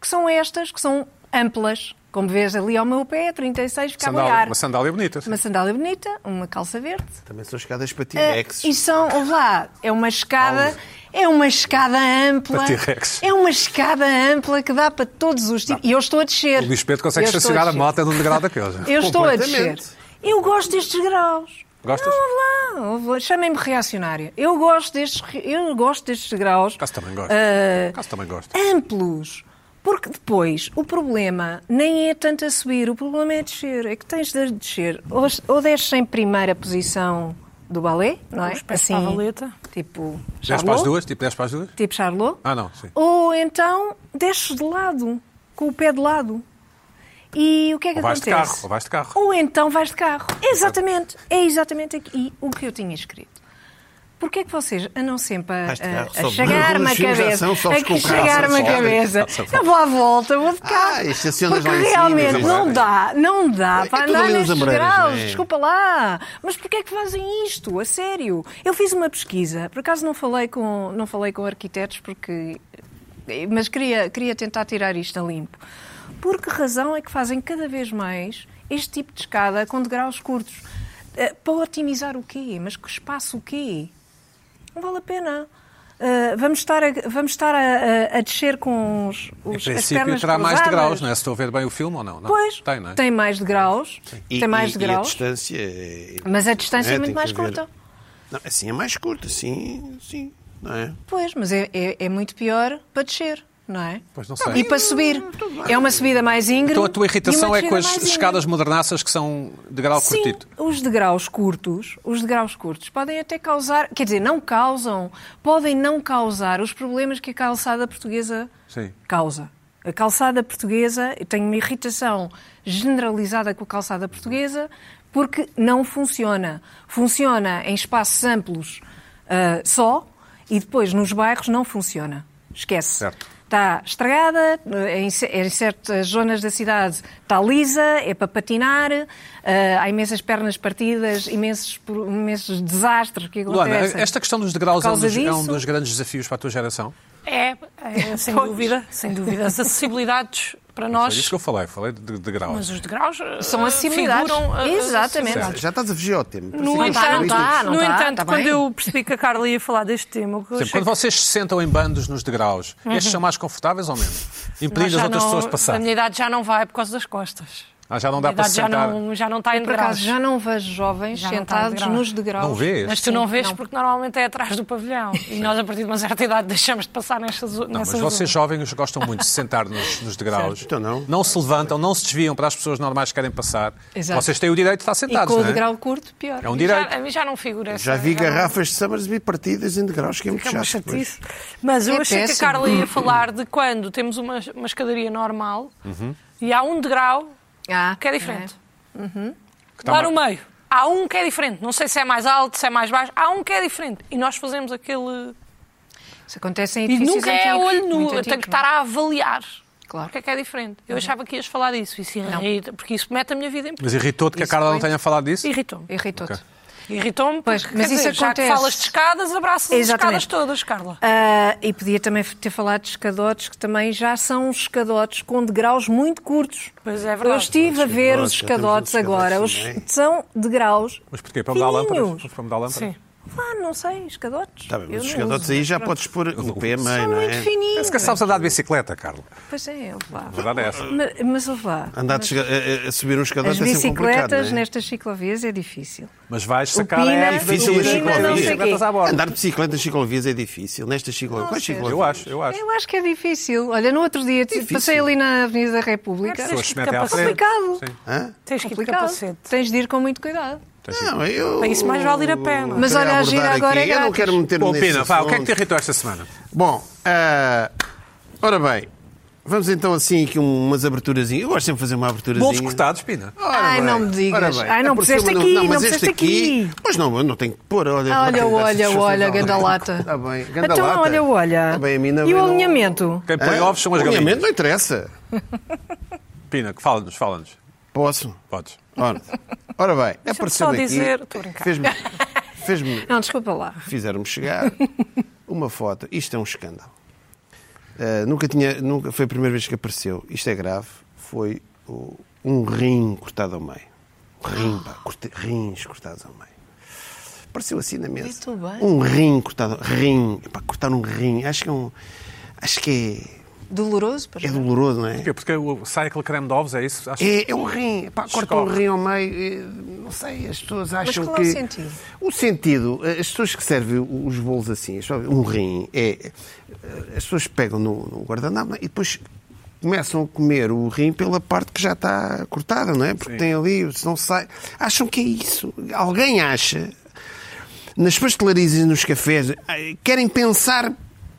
E: que são estas, que são amplas, Como vês ali ao meu pé, 36, fica a
B: Sandália,
E: molhar.
B: uma sandália bonita. sim.
E: Uma sandália bonita, uma calça verde.
C: Também são escadas para
E: Eh,
C: T-Rex.
E: e são, ouve lá, é uma escada, é uma escada ampla.
B: Para T-Rex.
E: É uma escada ampla que dá para todos os tipos. E eu estou a descer.
B: O Luís Pedro consegue
E: Eu estou
B: estacionar a
E: descer.
B: moto num degrau daqueles.
E: Eu estou a descer.
C: Completamente.
E: Eu gosto destes graus.
B: Gostas?
E: Não, ouve lá, ouve lá. Chamem-me reacionária. Eu gosto destes, re- eu gosto destes graus. eh,
B: Caso também gosto. Caso também gosto.
E: amplos. Porque depois o problema nem é tanto a subir, o problema é descer. É que tens de descer. Ou, ou desces em primeira posição do balé, não é?
D: Os pés para a valeta.
E: tipo
B: Dez para as
E: Charlot.
B: duas? Tipo 10 para as duas?
E: Tipo Charlot.
B: Ah, não, sim.
E: Ou então desces de lado, com o pé de lado. E o que é que
B: Ou vais de
E: acontece?
B: carro, ou vais de carro.
E: Ou então vais de carro. Exatamente. É exatamente aqui o que eu tinha escrito. Porquê é que vocês andam sempre a,
C: Vais de carro,
E: a, a
C: sobes.
E: chegar-me
C: Os
E: a
C: filmes de
E: cabeça?
C: ação, sobes
E: A
C: com
E: que
C: o carro,
E: chegar-me a
C: sobes.
E: cabeça? Eu vou à volta, vou de carro.
C: Ah, e estacionas
E: porque
C: lá em cima,
E: realmente
C: exatamente.
E: não dá, não dá
C: É
E: para
C: tudo
E: andar
C: ali nas
E: nestes
C: ombreiras,
E: graus.
C: não é?
E: Desculpa lá. Mas porquê é que fazem isto? A sério? Eu fiz uma pesquisa. Por acaso não falei com, não falei com arquitetos porque mas queria, queria tentar tirar isto a limpo. Por que razão é que fazem cada vez mais este tipo de escada com degraus curtos? Eh, Para otimizar o quê? Mas que espaço o quê? Não vale a pena. Eh, vamos estar a, vamos estar a, a- a descer com os,
B: Em
E: os as
B: princípio
E: pernas
B: terá mais
E: cruzadas.
B: degraus, não é? Se estou a ver bem o filme ou não. não?
E: Pois,
B: Tem, não é?
E: mais degraus.
C: E-
E: tem mais
C: e- E a
E: degraus.
C: distância é...
E: mas a distância é
C: Tem
E: muito
C: que
E: mais
C: haver-
E: curta.
C: Não, assim é mais curta, assim, sim, não é?
E: Pois, mas é, é, é muito pior para descer, não é?
B: Pois não sei.
E: E para subir. É uma subida mais íngreme.
B: Então a tua irritação
E: e uma
B: é com as
E: descida mais íngreme.
B: escadas modernaças que são de grau
E: Sim,
B: curtito.
E: os degraus curtos, os degraus curtos podem até causar, quer dizer, não causam, podem não causar os problemas que a calçada portuguesa
B: Sim.
E: causa. A calçada portuguesa, eu tenho uma irritação generalizada com a calçada portuguesa porque não funciona. Funciona em espaços amplos ah, só e depois nos bairros não funciona. Esquece.
B: Certo.
E: Está estragada, eh, em, ce- em certas zonas da cidade está lisa, é para patinar, ah, há imensas pernas partidas, imensos, pro- imensos desastres que
B: Luana,
E: acontecem.
B: esta questão dos degraus
E: Por
B: é um
E: causa
B: dos, é um
E: disso-
B: dos grandes desafios para a tua geração.
D: É, é, sem
E: Pois.
D: dúvida, sem dúvida. As acessibilidades para
B: Foi
D: nós,
B: disso é que eu falei, falei de, de degraus.
D: mas os degraus eh,
E: São acessibilidades.
D: figuram, eh,
E: Exatamente.
D: acessibilidades.
C: Já estás a fugir ao tempo.
D: No
E: Não tá, não
D: entanto,
E: tá, não
D: no
E: tá,
D: entanto
E: tá bem.
D: quando eu percebi que a Carla ia falar deste tema, o que eu
B: Sempre,
D: achei
B: quando vocês se sentam em bandos nos degraus,
E: Uhum.
B: estes são mais confortáveis ou menos?
D: Nós
B: Impedindo
D: já
B: as outras
D: não-
B: pessoas de passar.
D: A minha idade já não vai por causa das costas.
B: Ah, já não
D: a
B: dá
D: minha
B: para
D: idade
B: se
D: já
B: sentar.
D: não, já não está em
E: Por acaso
D: degraus.
E: já não vejo jovens
D: Já não está
E: sentados
D: degrau.
E: nos degraus.
B: Não vês?
D: Mas tu
E: Sim,
D: não vês
E: não.
D: porque normalmente é atrás do pavilhão. E nós, a partir de uma certa idade, deixamos de passar nessas zo-
B: Não, mas
D: nessas
B: vocês
D: zonas.
B: jovens gostam muito de se sentar nos, nos degraus.
C: Então não.
B: se levantam, não se desviam para as pessoas normais que querem passar.
E: Exato.
B: Vocês têm o direito de estar
E: E
B: sentados,
E: com o
B: não é?
E: degrau curto, pior.
B: É um
D: Já-
B: direito.
D: a mim já não figura essa.
C: Já vi
D: não-
C: garrafas de Summersby partidas em degraus, que é muito
D: que é uma
C: chato. pois.
D: chatice. Mas eu
E: É
D: achei que
E: péssimo.
D: a Carla ia falar de quando temos uma, uma escadaria normal
B: Uhum.
D: e há um degrau
E: Ah,
D: que é diferente.
E: Uhum.
B: Que tá
D: Lá
B: ma-
D: no meio. Há um que é diferente. Não sei se é mais alto, se é mais baixo. Há um que é diferente. E nós fazemos aquele.
E: não é? Isso acontece em
D: E
E: edifícios
D: nunca é
E: antigos,
D: olho nu.
E: um muito
D: Eu tenho que
E: antigos, não
D: estar
E: é?
D: a avaliar.
E: Claro.
D: Porque é que é diferente. Eu achava que ias falar disso. Isso irrita, porque isso mete a minha vida em perigo.
B: Mas irritou-te que a
E: Isso
B: Carla não
E: foi-
B: tenha falado disso?
D: Irritou-me.
E: Irritou-te.
B: Ok.
D: Irritou-me,
E: Pois,
D: porque,
E: mas
D: quer
E: isso
D: dizer, já que
E: acontece.
D: falas de escadas, abraças as
E: Exatamente.
D: escadas todas, Carla.
E: Ah, e podia também ter falado de escadotes, que também já são uns escadotes com degraus muito curtos.
D: Pois é, é verdade.
E: Eu estive a ver
C: escadotes,
E: os
C: já temos
E: escadotes
C: uns escadotes
E: agora. Os,
C: também.
E: são degraus.
B: Mas porquê? Para mudar lâmpadas?
E: fininhos.
B: Para mudar lâmpadas?
D: Sim.
E: Ah, não sei, escadotes.
C: Está Tá bem,
E: Eu
C: mas os
E: não
C: escadotes
E: uso.
C: aí já podes pôr o pé a meio,
E: São
C: não
E: muito
C: é?
E: fininhos.
B: Se calhar sabes andar de bicicleta, Carla.
E: Pois é, ouve lá.
B: A verdade é essa.
E: Ma- Mas ouve lá.
C: Andar de esca- a, a- a subir um escadote
E: As
C: é sempre complicado,
E: bicicletas
C: não é?
E: nestas ciclovias é difícil.
B: Mas vais
E: O é
B: sacar a
E: Pina-
B: hernia
C: difícil
B: do-
C: o Pina,
B: das
C: não sei
B: bicicletas
E: quê.
B: à borda.
C: Andar de bicicleta nas ciclovias é difícil. Nestas ciclovias, quais
E: sei.
C: ciclovias?
B: Eu acho, eu acho.
E: Eu acho que é difícil. Olha, no outro dia t-
C: Difícil.
E: passei ali na Avenida da República.
D: As
B: pessoas
D: que
B: se metem à
D: capacete.
B: frente.
E: Complicado.
B: Sim.
C: Hã?
D: Tens que ir de
E: Complicado.
D: capacete.
E: Tens de ir com muito cuidado.
C: Não, eu...
D: Para isso mais vale ir a pé, não é?
E: Mas
C: Queria
E: olha, a
C: abordar
E: gira agora
C: aqui.
E: é
C: Eu não
E: grátis.
C: quero meter
B: Bom,
C: nesse
B: Pina, vá, o que é que te
C: assunto.
B: irritou esta semana?
C: Bom, ah, ora bem, vamos então assim aqui umas aberturazinhas. Eu gosto sempre de fazer uma aberturazinha.
B: Bolos cortados, Pina.
C: Ora
E: Ai,
C: bem,
E: não me digas.
C: ora bem. É
E: Ai, não
C: Apareceu-me
E: puseste
C: no-
E: aqui, não
C: mas
E: puseste
C: este
E: aqui.
C: Pois não, eu não tenho que pôr. Olha,
E: Ah, Olha,
C: não tenho
E: olha,
C: dessas
E: olha,
C: coisas, não.
E: gandalata.
C: Está Tá bem, gandalata.
E: Então, olha, olha.
C: Está bem, a um mim não-
E: E o
C: eu não-
E: alinhamento?
B: Quem
C: É?
B: põe ovos são as
C: Obviamente,
B: galinhas.
C: não interessa.
B: Pina, fala-nos, fala-nos.
C: Posso.
B: Podes.
C: Ora, ora bem, apareceu
D: só
C: aqui.
D: dizer- Estou a brincar.
C: Fez-me. Fez-me.
E: Não, desculpa lá.
C: Fizeram-me chegar uma foto. Isto é um Eh, escândalo. Ah, nunca tinha. Nunca, foi a primeira vez que apareceu. Isto é grave. Foi o- um rim cortado ao meio. Rim, pá, corte- rins cortados ao meio. Pareceu assim na mesa.
E: Muito bem.
C: Um rim cortado, rim, pá, cortar um rim. Acho que é um, acho que
E: Doloroso para
C: é, é
E: já.
C: doloroso, não é?
B: Porquê? Porque o- sai aquele creme de ovos, é isso? Acho
C: É, é um rim, pá, corta um
B: Escorre.
C: rim ao meio, e, não sei, as pessoas acham
E: qual é
C: que...
E: o sentido?
C: O sentido, eh, as pessoas que servem o- os bolos assim, só um rim, é, eh, as pessoas pegam no, no guardanapo não é? e depois começam a comer o rim pela parte que já está cortada, não é? Porque tem ali, se não sai... Acham que é isso. Alguém acha, nas pastelarias e nos cafés, eh, querem pensar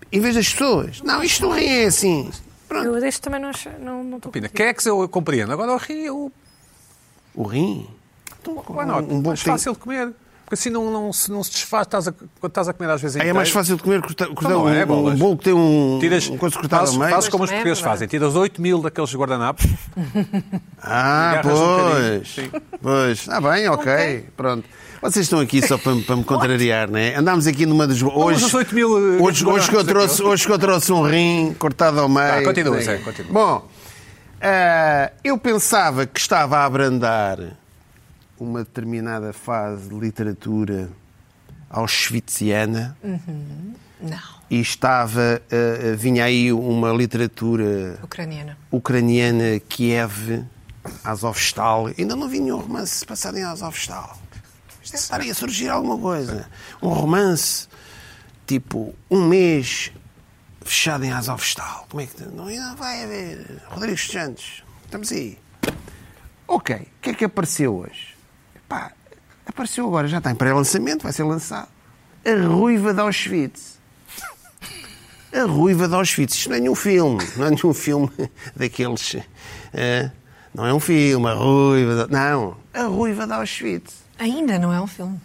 C: em vez das pessoas. Não, isto não é assim. Pronto.
D: Eu deste também não estou não, não estou
B: Pina, queques eu compreendo. Agora o rim, eu...
C: O rim... Então,
B: Why not?
C: um bom
B: mais
C: tem-
B: fácil de comer. Porque assim não, não, se, não se desfaz, estás a, quando estás a comer às vezes
C: Ah, É
B: inteiro,
C: mais fácil de comer cortar, cortar
B: Não
C: um,
B: é,
C: um
B: bolas.
C: bolo que tem um,
B: Tiras,
C: um coisa cortada
B: fazes,
C: ao meio.
B: fazes como os
E: Também é
B: portugueses
E: verdade.
B: fazem. Tiras 8 mil daqueles guardanapos.
C: Ah,
B: agarras um bocadinho,
C: pois.
B: sim.
C: pois. Ah, bem, ok.
E: Ok.
C: Pronto. Vocês estão aqui só para, me- para me contrariar, não é? Andámos aqui numa dos. Hoje,
B: os 8 mil, eh,
C: hoje, hoje, que eu
B: guardanapos
C: trouxe, hoje que eu trouxe um rim cortado ao meio.
B: Tá, continua,
C: Sim.
B: Zé, continua.
C: Bom, ah, eu pensava que estava a abrandar uma determinada fase de literatura auschwitziana.
E: Não,
C: e estava eh, eh, vinha aí uma literatura
E: ucraniana.
C: ucraniana Kiev Azovstal ainda não vi nenhum romance passado em Azovstal Isto é, estaria a surgir alguma coisa um romance tipo um mês fechado em Azovstal como é que não, não vai haver Rodrigues Santos estamos aí ok o que é que apareceu hoje Pá, apareceu agora já está em pré-lançamento vai ser lançado a Ruiva de Auschwitz a Ruiva de Auschwitz. Isto não é nenhum filme. Não é nenhum filme daqueles. eh, não é um filme. A Ruiva de... Não. A Ruiva de Auschwitz.
E: Ainda não é um filme.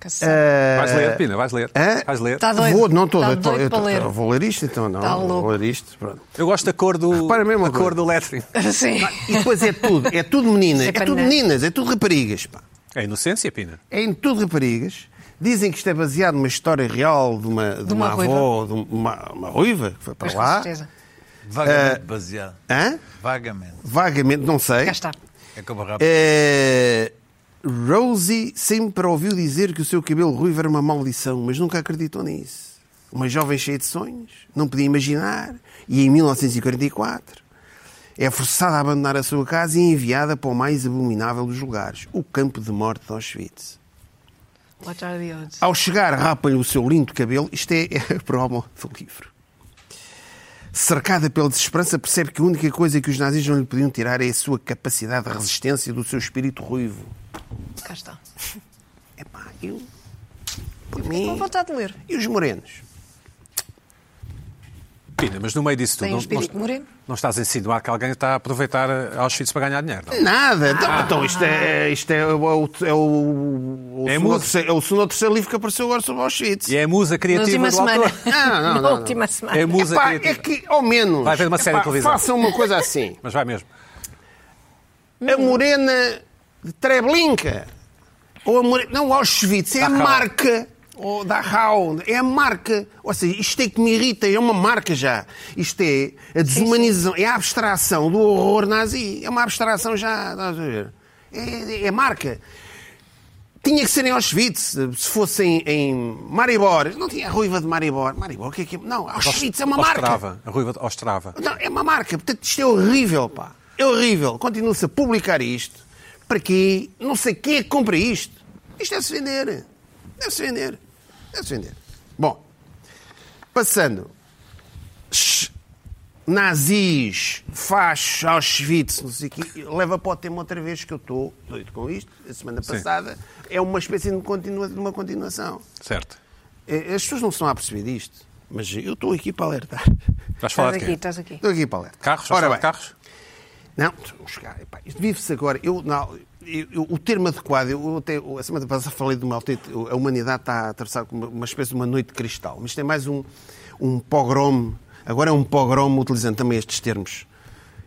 E: Cacete.
C: Eh,
B: Vais ler, Pina, vais ler.
C: Hã?
B: Vais ler.
E: Tá doido.
C: Vou, não estou
E: Tá
C: eu tô-
E: doido
C: eu tô-
E: para ler.
C: eu Vou ler isto, então não.
E: Tá
C: vou
E: louco.
C: ler isto. Pronto.
B: Eu gosto da cor do,
C: Repara mesmo
B: a
C: uma coisa.
B: cor do lettering.
E: Sim.
C: E depois é tudo. É tudo meninas. É tudo
E: Sapanás.
C: meninas. É tudo raparigas. Pá.
B: É inocência, Pina.
C: É em tudo raparigas. Dizem que isto é baseado numa história real de uma, de
E: De uma
C: uma avó, de uma, uma ruiva que foi para
E: Mas com
C: lá.
E: certeza.
G: Vagamente baseado.
C: Hã?
G: Vagamente.
C: Vagamente, não sei.
E: Cá está.
G: É como rápido.
C: É, Rosie sempre ouviu dizer que o seu cabelo ruivo era uma maldição, mas nunca acreditou nisso. Uma jovem cheia de sonhos, não podia imaginar, e em 1944 é forçada a abandonar a sua casa e é enviada para o mais abominável dos lugares, o campo de morte de Auschwitz.
E: What are the odds?
C: Ao chegar, rapa-lhe o seu lindo cabelo. Isto é a promo do livro. Cercada pela desesperança, percebe que a única coisa que os nazis não lhe podiam tirar é a sua capacidade de resistência e do seu espírito ruivo. Ah.
E: Cá está.
C: Epá, eu... Por
E: Fiquei com
C: mim...
E: vontade de ler.
C: E os morenos?
B: Pina, mas no meio disso tudo,
E: Tem um
B: não,
E: espírito
B: não,
E: moreno.
B: não estás a insinuar que alguém está a aproveitar eh, Auschwitz para ganhar dinheiro, não?
C: Nada! Então, então isto é, isto é, o- é, o, é, o, o
B: É
C: segundo
B: mudo.
C: ou terceiro- é o segundo ou terceiro livro que apareceu agora sobre Auschwitz.
B: E é a musa
E: Na
B: criativa
E: última
B: do autor.
E: semana.
C: Não, não,
E: Na
C: não, não.
E: última semana.
B: É a musa
C: Epá, é
B: criativa.
C: que, ao menos...
B: Vai haver uma série de
C: epá,
B: televisão.
C: Façam uma coisa assim.
B: Mas vai mesmo.
C: a morena de Treblinka. Ou a morena, não, Auschwitz, é a
B: Dachau.
C: marca. Ou Dachau, é a marca. Ou seja, isto é que me irrita, é uma marca já. Isto é a desumanização, é a abstração do horror nazi. É uma abstração já. estás a ver? É, é marca. Tinha que ser em Auschwitz, se fosse em, em Maribor. Não tinha a ruiva de Maribor. Maribor, o que é que é? Não, Auschwitz é uma marca.
B: Ostrava. A ruiva de Ostrava.
C: Não, é uma marca. Portanto, isto é horrível, pá. É horrível. Continua-se a publicar isto. Para quê? Não sei quem é que compra isto. Isto deve-se vender. Deve-se vender. Deve-se vender. Bom, passando. Sh- Nazis, fachos, Auschwitz, não sei o quê. Leva para o tema outra vez que eu estou doido com isto. A semana passada é uma espécie de, continua, de uma continuação.
B: Certo.
C: Eh, As pessoas não se estão a perceber disto, mas eu estou aqui para alertar.
B: Estás a falar de
E: Estás aqui, tá.
B: quê?
E: estás aqui.
C: Estou aqui para alertar.
B: Carros? Já
C: Ora
B: sabe
C: bem.
B: Carros?
C: Não, os caras, epá, isto vive-se agora. Eu, não, eu- eu- o termo adequado, eu até eu, a semana passada falei de uma autêntica- a humanidade está a atravessar uma, uma espécie de uma noite de cristal, mas tem mais um, um pogrom, agora é um pogrom utilizando também estes termos.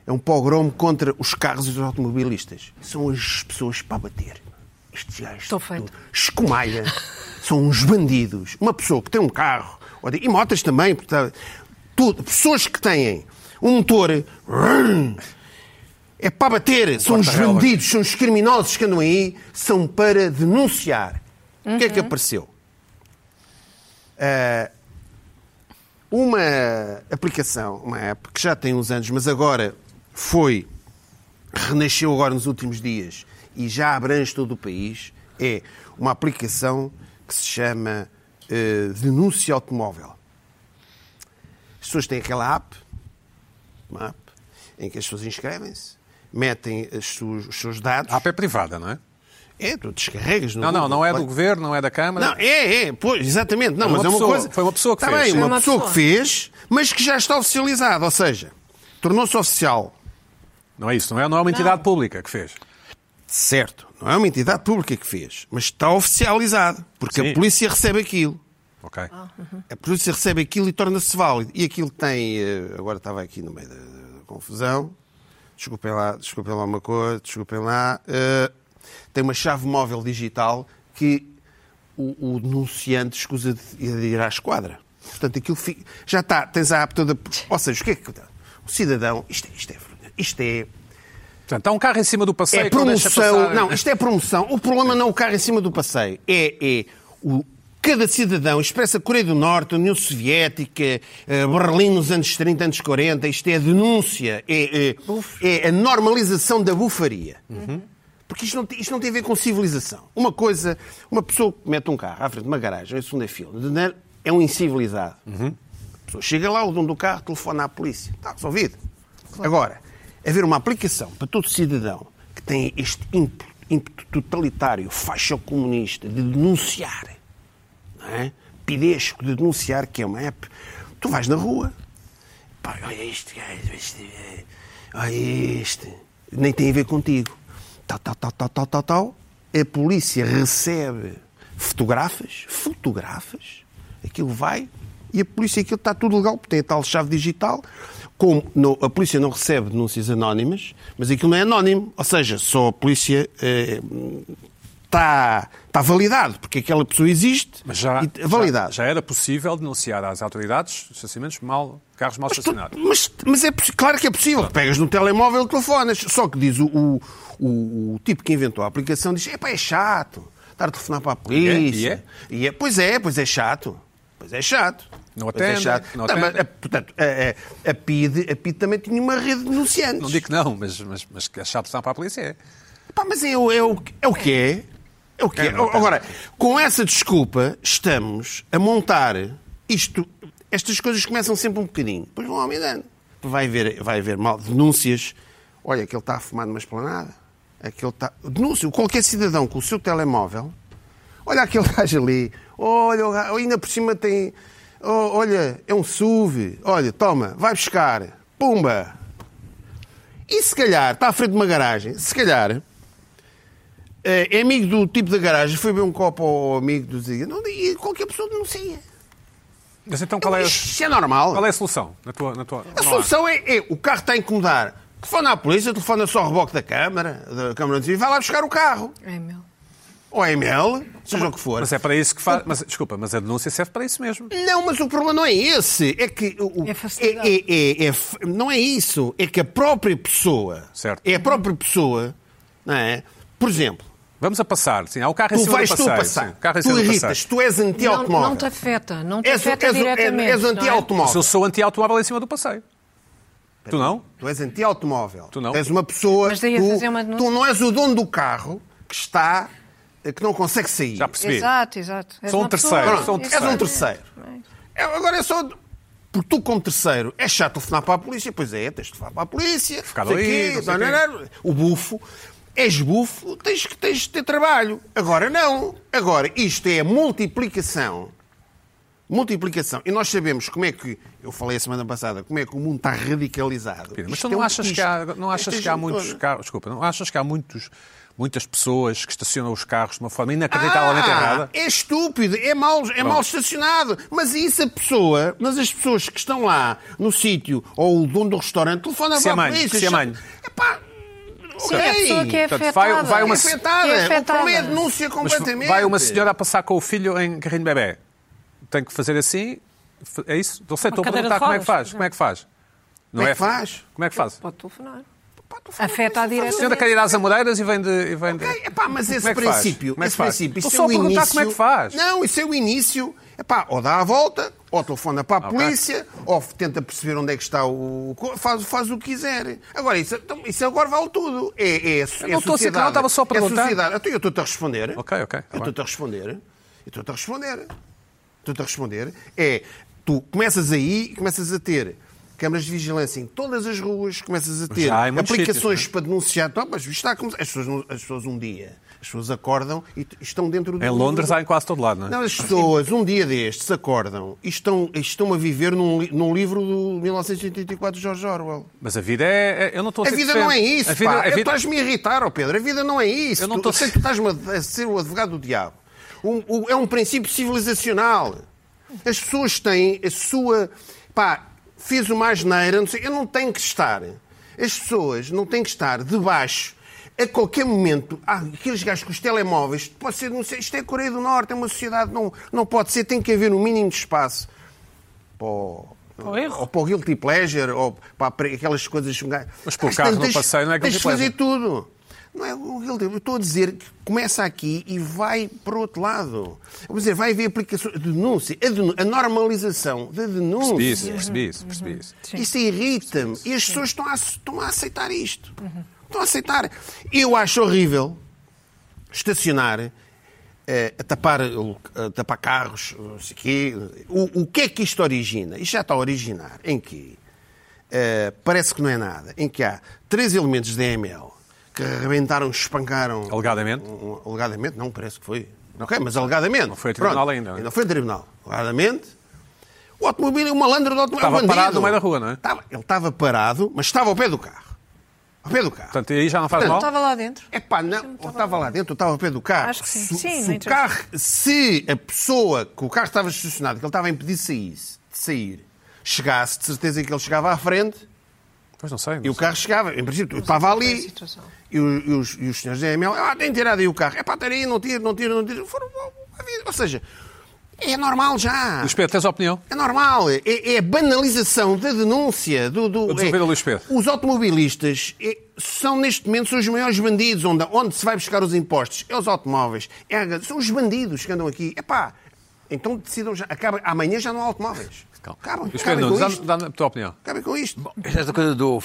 C: É um pogrom contra os carros e os automobilistas. São as pessoas para bater. Estes gajos.
E: Estou feito.
C: Escumalha. São uns bandidos. Uma pessoa que tem um carro, ou de- e motas também, portanto, tudo. pessoas que têm um motor É para bater. São os
B: corta-relvas.
C: bandidos, são os criminosos que andam aí, são para denunciar. O que é que apareceu? Ah, uma aplicação, uma app, que já tem uns anos, mas agora foi, renasceu agora nos últimos dias e já abrange todo o país, é uma aplicação que se chama eh, Denúncia Automóvel. As pessoas têm aquela app, uma app, em que as pessoas inscrevem-se, metem as suas- os seus dados.
B: A app é privada, não é?
C: É, tu descarregas no
B: Não, não,
C: Google.
B: não é do governo, não é da Câmara.
C: Não, é, é, pois, exatamente. Não,
B: Foi
C: mas
B: uma
C: é uma
B: pessoa-
C: coisa.
B: foi uma pessoa que
C: Está
B: fez.
C: bem,
B: Foi
C: uma,
D: uma
C: pessoa,
D: pessoa.
C: que fez, mas que já está oficializada, ou seja, tornou-se oficial.
B: Não é isso, não é, não é uma entidade pública que fez.
C: Certo, não é uma entidade pública que fez, mas está oficializado, porque
B: Sim.
C: a polícia recebe aquilo.
B: Ok.
E: Ah.
C: A polícia recebe aquilo e torna-se válido. E aquilo tem. eh, Agora estava aqui no meio da, da- da confusão. Desculpem lá, desculpem lá uma coisa, desculpem lá. eh, tem uma chave móvel digital que o, o denunciante escusa de de ir à esquadra. Portanto, aquilo fica- já está, tens a app toda. Ou seja, o que é que. O cidadão. Isto é. Isto é, isto é
B: Portanto, há um carro em cima do passeio
C: é
B: que não deixa
C: promoção.
B: passar.
C: Não, isto é promoção. O problema não é o carro em cima do passeio. É, é o, cada cidadão expressa Coreia do Norte, União Soviética, eh, Berlim nos anos 30, anos 40. Isto é a denúncia. É, é- é a normalização da bufaria. Porque isto não, tem- isto não tem a ver com civilização. Uma coisa, uma pessoa que mete um carro à frente de uma garagem, em segunda fila, de ner- é um incivilizado. A pessoa chega lá, o dono do carro telefona à polícia. Está resolvido. Agora, é haver uma aplicação para todo cidadão que tem este ímpeto, ímpeto totalitário, faixa comunista, de denunciar, não é? Pidesco de denunciar que é uma app. Tu vais na rua, pá, olha este gajo, este, eh, olha este, nem tem a ver contigo. Tal, tal, tal, tal, tal, tal, tal. A polícia recebe fotografas, fotografas, aquilo vai e a polícia, aquilo está tudo legal, porque tem a tal chave digital. Como não- a polícia não recebe denúncias anónimas, mas aquilo não é anónimo, ou seja, só a polícia eh, está está validado, porque aquela pessoa existe
B: Mas já,
C: e validado.
B: já, já era possível denunciar às autoridades estacionamentos mal, carros mal
C: Mas, tu-
B: estacionados.
C: mas- mas é possi- claro que é possível. Pegas no telemóvel e telefonas. Só que diz o, o, o- o tipo que inventou a aplicação, diz, epá, é chato. Estar a telefonar para a
B: é? E
C: polícia. E é- Pois é, pois é chato. Pois é chato.
B: Não
C: Pois
B: atendem, não
C: Tá, mas,
B: atendem.
C: a- portanto, a, a- a PID, a PID também tinha uma rede de denunciantes.
B: Não digo que não, mas, mas, mas que é chato estar para a polícia, é.
C: Pá, mas é, o- é, o, é o que é. É o que é. Agora, com essa desculpa, estamos a montar isto. Estas coisas começam sempre um bocadinho, depois vão aumentando. Vai haver, vai haver mal, denúncias. Olha, aquele está a fumar numa esplanada. Aquele está. Denúncia. Qualquer cidadão com o seu telemóvel. Olha aquele gajo ali. Olha, o gajo- ainda por cima tem. Oh, olha, é um SUV. Olha, toma, vai buscar. Pumba! E se calhar, está à frente de uma garagem, se calhar, eh, é amigo do tipo da garagem, foi beber um copo ao amigo do Ziga, não, e qualquer pessoa denuncia.
B: Mas então qual é, a-
C: Isto é normal.
B: qual é a solução? Na tua, na tua,
C: A
B: não há.
C: solução é, é, o carro está a incomodar. Telefona à polícia, telefona só ao reboque da Câmara, da Câmara de Civil, vai lá buscar o carro.
E: É meu.
C: Ou a ML, seja o que for.
B: Mas é para isso que faz. Mas, desculpa, mas a denúncia serve para isso mesmo.
C: Não, mas o problema não é esse. É que. o- o-
E: É facilidade.
C: é- é- é- é f- não é isso. É que a própria pessoa.
B: Certo.
C: É a própria pessoa. Não é? Por exemplo,
B: Vamos a passar, sim. Há o carro em
C: Tu
B: cima
C: vais
B: do
C: tu
B: passeio.
C: a
B: sim,
C: passar.
B: o carro em cima
C: Tu
B: do
C: irritas,
B: passeio.
C: tu és
E: Não,
C: anti-automóvel.
E: não te afeta, não te
C: És,
E: afeta
C: és,
E: diretamente.
C: és
E: não é?
B: Mas eu
C: anti-automóvel.
B: sou anti-automóvel em cima do passeio. Tu não?
C: Tu és anti-automóvel.
B: Tu não.
C: Tu és uma pessoa.
E: Mas daí a
C: tu,
E: fazer uma denúncia.
C: tu não és o dono do carro que está. que não consegue sair.
B: Já percebi.
E: Exato, exato. És
B: Sou um
E: uma
B: terceiro,
E: pessoa.
B: sou um
C: És um terceiro. É, Agora é só. Porque tu, como terceiro, é chato telefonar para a polícia, pois é, tens de telefonar para a polícia.
B: Ficar
C: sei
B: ali,
C: quê,
B: não sei
C: não, não, não. O bufo. És bufo, tens que tens de ter trabalho. Agora não. Agora, isto é a multiplicação. Multiplicação. E nós sabemos como é que, eu falei a semana passada, como é que o mundo está radicalizado.
B: Pina, Mas
C: Isto
B: tu
C: é
B: não
C: um-
B: achas que há, não
C: isto
B: achas
C: é
B: que há
C: gente
B: muitos
C: toda.
B: carros. Desculpa, não achas que há muitos, muitas pessoas que estacionam os carros de uma forma inacreditavelmente errada?
C: É estúpido, é mal, é mal estacionado. Mas isso a pessoa, mas as pessoas que estão lá no sítio, ou o dono do restaurante,
B: Se
C: telefona
B: é
C: para a
B: mãe,
C: polícia.
B: se é
C: já-
B: mãe.
C: Epá,
E: Sim, é a pessoa que é
B: Portanto,
E: afetada.
B: vai- vai né? uma-
C: é afetada.
E: É
C: O problema é a
E: afetada.
C: denúncia
B: Mas
C: completamente.
B: vai uma senhora a passar com o filho em carrinho de bebê. Tem que fazer assim. F- É isso? Não sei, estou a
D: cadeira
B: perguntar
D: de
B: como é que
D: rodas,
B: faz.
D: por
B: Como é que faz? Não
C: é que faz?
B: Como é que faz?
E: Pode telefonar.
C: Pá, Pá, tu fala-
E: Afeta-a
B: A
E: diretamente.
B: senhora quer ir às Amoreiras e vem de. E vem de...
C: Ok, epá, mas esse
B: Como é que faz?
C: princípio,
B: Como é que
C: esse
B: faz?
C: princípio,
B: Estou
C: isso
B: só
C: é
B: a
C: o
B: perguntar
C: início.
B: como é que faz.
C: Não, isso é o início. Epá, ou dá a volta, ou telefona para a polícia, ou tenta perceber onde é que está o. co- Faz, faz o que quiser. Agora, isso, então, isso agora vale tudo. É, é, é
B: não estou a ser
C: sociedade.
B: canal, estava só a
C: É
B: perguntar.
C: sociedade. Então, Eu estou-te a responder.
B: Ok, ok, tá
C: Eu
B: bem.
C: estou-te a responder. Eu estou-te a responder. Estou-te a responder. É, tu começas aí e começas a ter câmaras de vigilância em todas as ruas, começas a ter
B: Já, em muitos
C: aplicações
B: sítios, é?
C: para denunciar. Então, mas isto está a começar. as, pessoas, não- as pessoas um dia, as pessoas acordam e t- estão dentro do...
B: Em É Londres há em quase todo lado, não é?
C: Não, as pessoas um dia destes acordam e estão, e estão a viver num, li- num livro do 1984 de George Orwell.
B: Mas a vida é. é- Eu não estou a
C: A
B: ser
C: vida
B: diferente.
C: não é isso,
B: A vida,
C: pá.
B: a vida-
C: Eu Estás-me a irritar, ó Pedro. A vida não é isso.
B: Eu não
C: Tu-
B: tô-
C: eu sei que tu estás-me a- a ser o advogado do diabo. Um- o- é um princípio civilizacional. As pessoas têm a sua... Pá, fiz uma asneira, não sei... Eu não tenho que estar... As pessoas não têm que estar debaixo... A qualquer momento, há aqueles gajos com os telemóveis, pode ser, não sei, isto é Coreia do Norte, é uma sociedade, não, não pode ser, tem que haver um mínimo de espaço para o,
D: Para o erro.
C: ou para o guilty pleasure, ou para pre- aquelas coisas. um
B: Mas para o carro no
C: tens-
B: passeio não é
C: tens
B: guilty
C: de fazer tudo. Não é o guilty. Eu estou a dizer que começa aqui e vai para o outro lado. Vou dizer, vai haver aplicações. Denúncia. A, denu- a normalização da denúncia.
B: Percebi isso, percebi
D: Uhum.
B: isso, percebi isso.
C: Isso irrita-me. E as pessoas estão a, estão a aceitar isto. Estão a aceitar. Eu acho horrível estacionar eh, a, tapar, o- a tapar carros, eh, não sei o quê. O, o que é que isto origina? Isto já está a originar. Em que? eh, parece que não é nada. Em que há três elementos de ML que arrebentaram, espancaram.
B: Alegadamente?
C: Um- alegadamente, não, parece que foi. Ok, mas alegadamente. Não
B: foi a tribunal ainda, não é?
C: Ainda foi a tribunal. Alegadamente. O automóvel, o malandro do automóvel.
B: Estava
C: o bandido.
B: parado no meio da rua, não é?
C: Estava- ele estava parado, mas estava ao pé do carro. Ao pé do carro.
B: Portanto, aí já não faz mal?
C: Portanto,
E: Estava lá dentro.
C: É pá, não, ou estava lá dentro, ou estava ao pé do carro.
E: Acho que sim.
C: Se,
E: Sim,
C: se
E: não
C: o
E: interessa.
C: carro, se a pessoa que o carro estava estacionado, que ele estava a impedir de sair, de sair, chegasse, de certeza que ele chegava à frente
B: Pois não sei. não
C: e o
B: sei.
C: carro chegava. Em princípio, eu estava
E: é a
C: ali.
E: situação.
C: E, o- e os, e os senhores da ML, ah, tem tirado aí o carro. É pá, tira aí, não tira, não tira, não tira. Foram, à vida. ou seja, é normal já.
B: Luís Pedro, tens opinião?
C: É normal, é, é a banalização da denúncia do. do
B: Vamos ouvir
C: é-
B: o Luís Pedro.
C: Os automobilistas é, são, neste momento, são os maiores bandidos. Onde, onde se vai buscar os impostos? É os automóveis. É a- são os bandidos que andam aqui. Epá, então decidam já. Acaba, amanhã já não há automóveis.
B: Calma.
C: Acabem,
B: Luís
C: acabem
B: Pedro
C: com
B: Nunes,
C: isto.
B: dá, dá a tua opinião.
C: Acabem com isto.
G: Esta é coisa do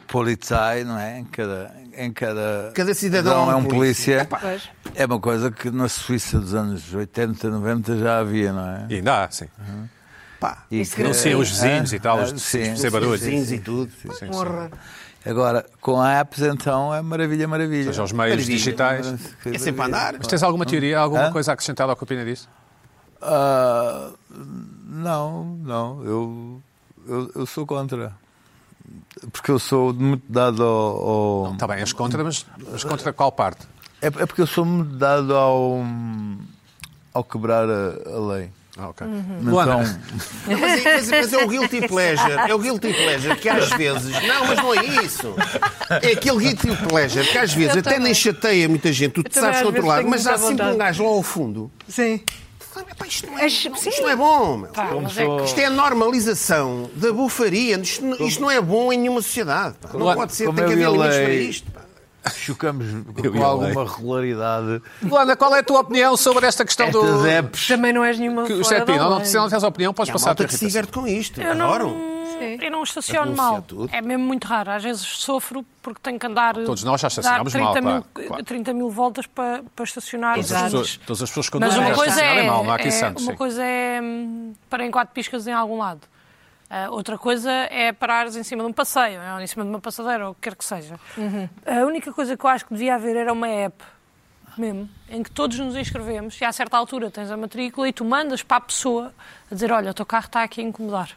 G: Volkspolizei, não é? Em cada, em cada,
C: Cada cidadão
G: é um
C: polícia.
G: polícia. É uma coisa que na Suíça dos anos 80, 90 já havia, não é?
B: E ainda há, sim.
C: Pá,
G: E
E: Isso
G: que-
E: Não
B: sei, os vizinhos
G: Hã?
B: e tal, os-
G: Ah,
B: os
G: sim.
B: perceber barulho.
C: vizinhos e tudo.
B: sim, sim.
E: Honra.
G: Agora, com apps então é maravilha, maravilha.
B: Seja os meios
C: Maravilha.
B: digitais.
C: É sempre a
F: Ah,
C: andar.
B: Mas tens alguma teoria, alguma coisa a acrescentar ao que opina disso?
G: Ah, não, não, eu, eu, eu sou contra. Porque eu sou muito dado ao. ao-
F: Hum.
B: Está Tá bem, és contra, mas, mas contra qual parte?
G: É, é porque eu sou muito dado ao. ao quebrar a, a lei.
B: Ah, ok.
F: Uhum.
G: Então,
B: Luana,
C: Não, mas, é- mas- mas é o guilty pleasure. É o guilty pleasure que às vezes. Não, mas não é isso. É aquele guilty pleasure que às vezes
E: Eu
C: até
E: também.
C: nem chateia muita gente. Tu te
E: também
C: sabes
E: às
C: controlar,
E: vezes tenho
C: mas há
E: muita
C: sempre um
E: vontade.
C: gajo lá ao fundo.
E: Sim.
C: Epá, isto, não é,
E: Acho-
C: não-
E: sim.
C: isto não é bom, meu.
D: Pá, mas é que-
C: Isto é a normalização da bufaria. Isto, não- isto não é bom em nenhuma sociedade. pá. Não
G: Como-
C: pode ser,
G: como
C: tem que
G: eu
C: haver
G: e a
C: limites para
G: lei.
C: isto. pá.
G: chocamos
B: Eu e
G: com
B: a
G: alguma regularidade.
B: Luana, qual é a tua opinião sobre esta questão
G: Estas
B: do.
G: apps.
E: Também não és nenhuma
B: Que,
E: fora
B: isto é
E: da
B: opinião, não,
E: lei.
B: se não tens opinião, podes
C: é Há
B: passar a
C: malta
B: tua
C: que se
B: irritação.
C: diverte com isto.
D: Eu não,
C: Adoro.
E: Sim.
D: eu não estaciono
C: Anuncia
D: mal.
C: tudo.
D: É mesmo muito raro. Às vezes sofro porque tenho que andar.
B: Todos nós já
D: dar
B: estacionámos mal,
D: 30
B: claro,
D: mil,
B: claro.
D: 30 mil voltas para, para estacionar.
B: Todas as
E: Exato.
B: pessoas- Todas as pessoas que
D: Mas
B: conduzem
D: uma
B: já
D: coisa
B: estacionaram
D: é,
B: em mal, não há aqui
D: é-
B: santos.
D: uma
B: sim.
D: coisa é hum, parar em quatro piscas em algum lado. Ah, outra coisa é parares em cima de um passeio, ou em cima de uma passadeira, ou o que quer que seja.
E: Uhum.
D: A única coisa que eu acho que devia haver era uma app, mesmo, em que todos nos inscrevemos e a certa altura tens a matrícula e tu mandas para a pessoa a dizer: Olha, o teu carro está aqui a incomodar.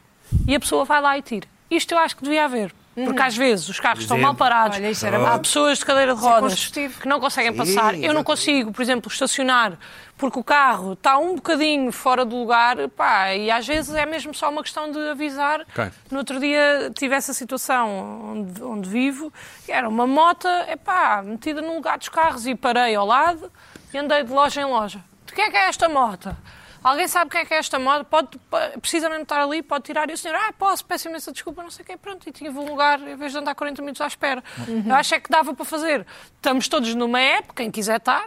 D: E a pessoa vai lá e tira. Isto eu acho que devia haver. Porque às vezes os carros estão mal parados.
E: Uhum. Olha, isso era bom. é
D: Há pessoas de cadeira de rodas
E: construtivo.
D: que não conseguem passar. Eu não
C: exatamente.
D: consigo, por exemplo, estacionar porque o carro está um bocadinho fora do lugar, pá, e às vezes é mesmo só uma questão de avisar.
B: Ok.
D: No outro dia tive essa situação onde, onde vivo, e era uma moto, é pá, metida num lugar dos carros e parei ao lado e andei de loja em loja. De que é que é esta moto? Alguém sabe quem é que é esta moda? Pode, p- precisa mesmo estar ali, pode tirar. E o senhor, ah, posso, peço imensa desculpa, não sei o quê. Pronto, e tive um lugar em vez de andar 40 minutos à espera. Eu acho é que dava para fazer. Estamos todos numa app, quem quiser estar.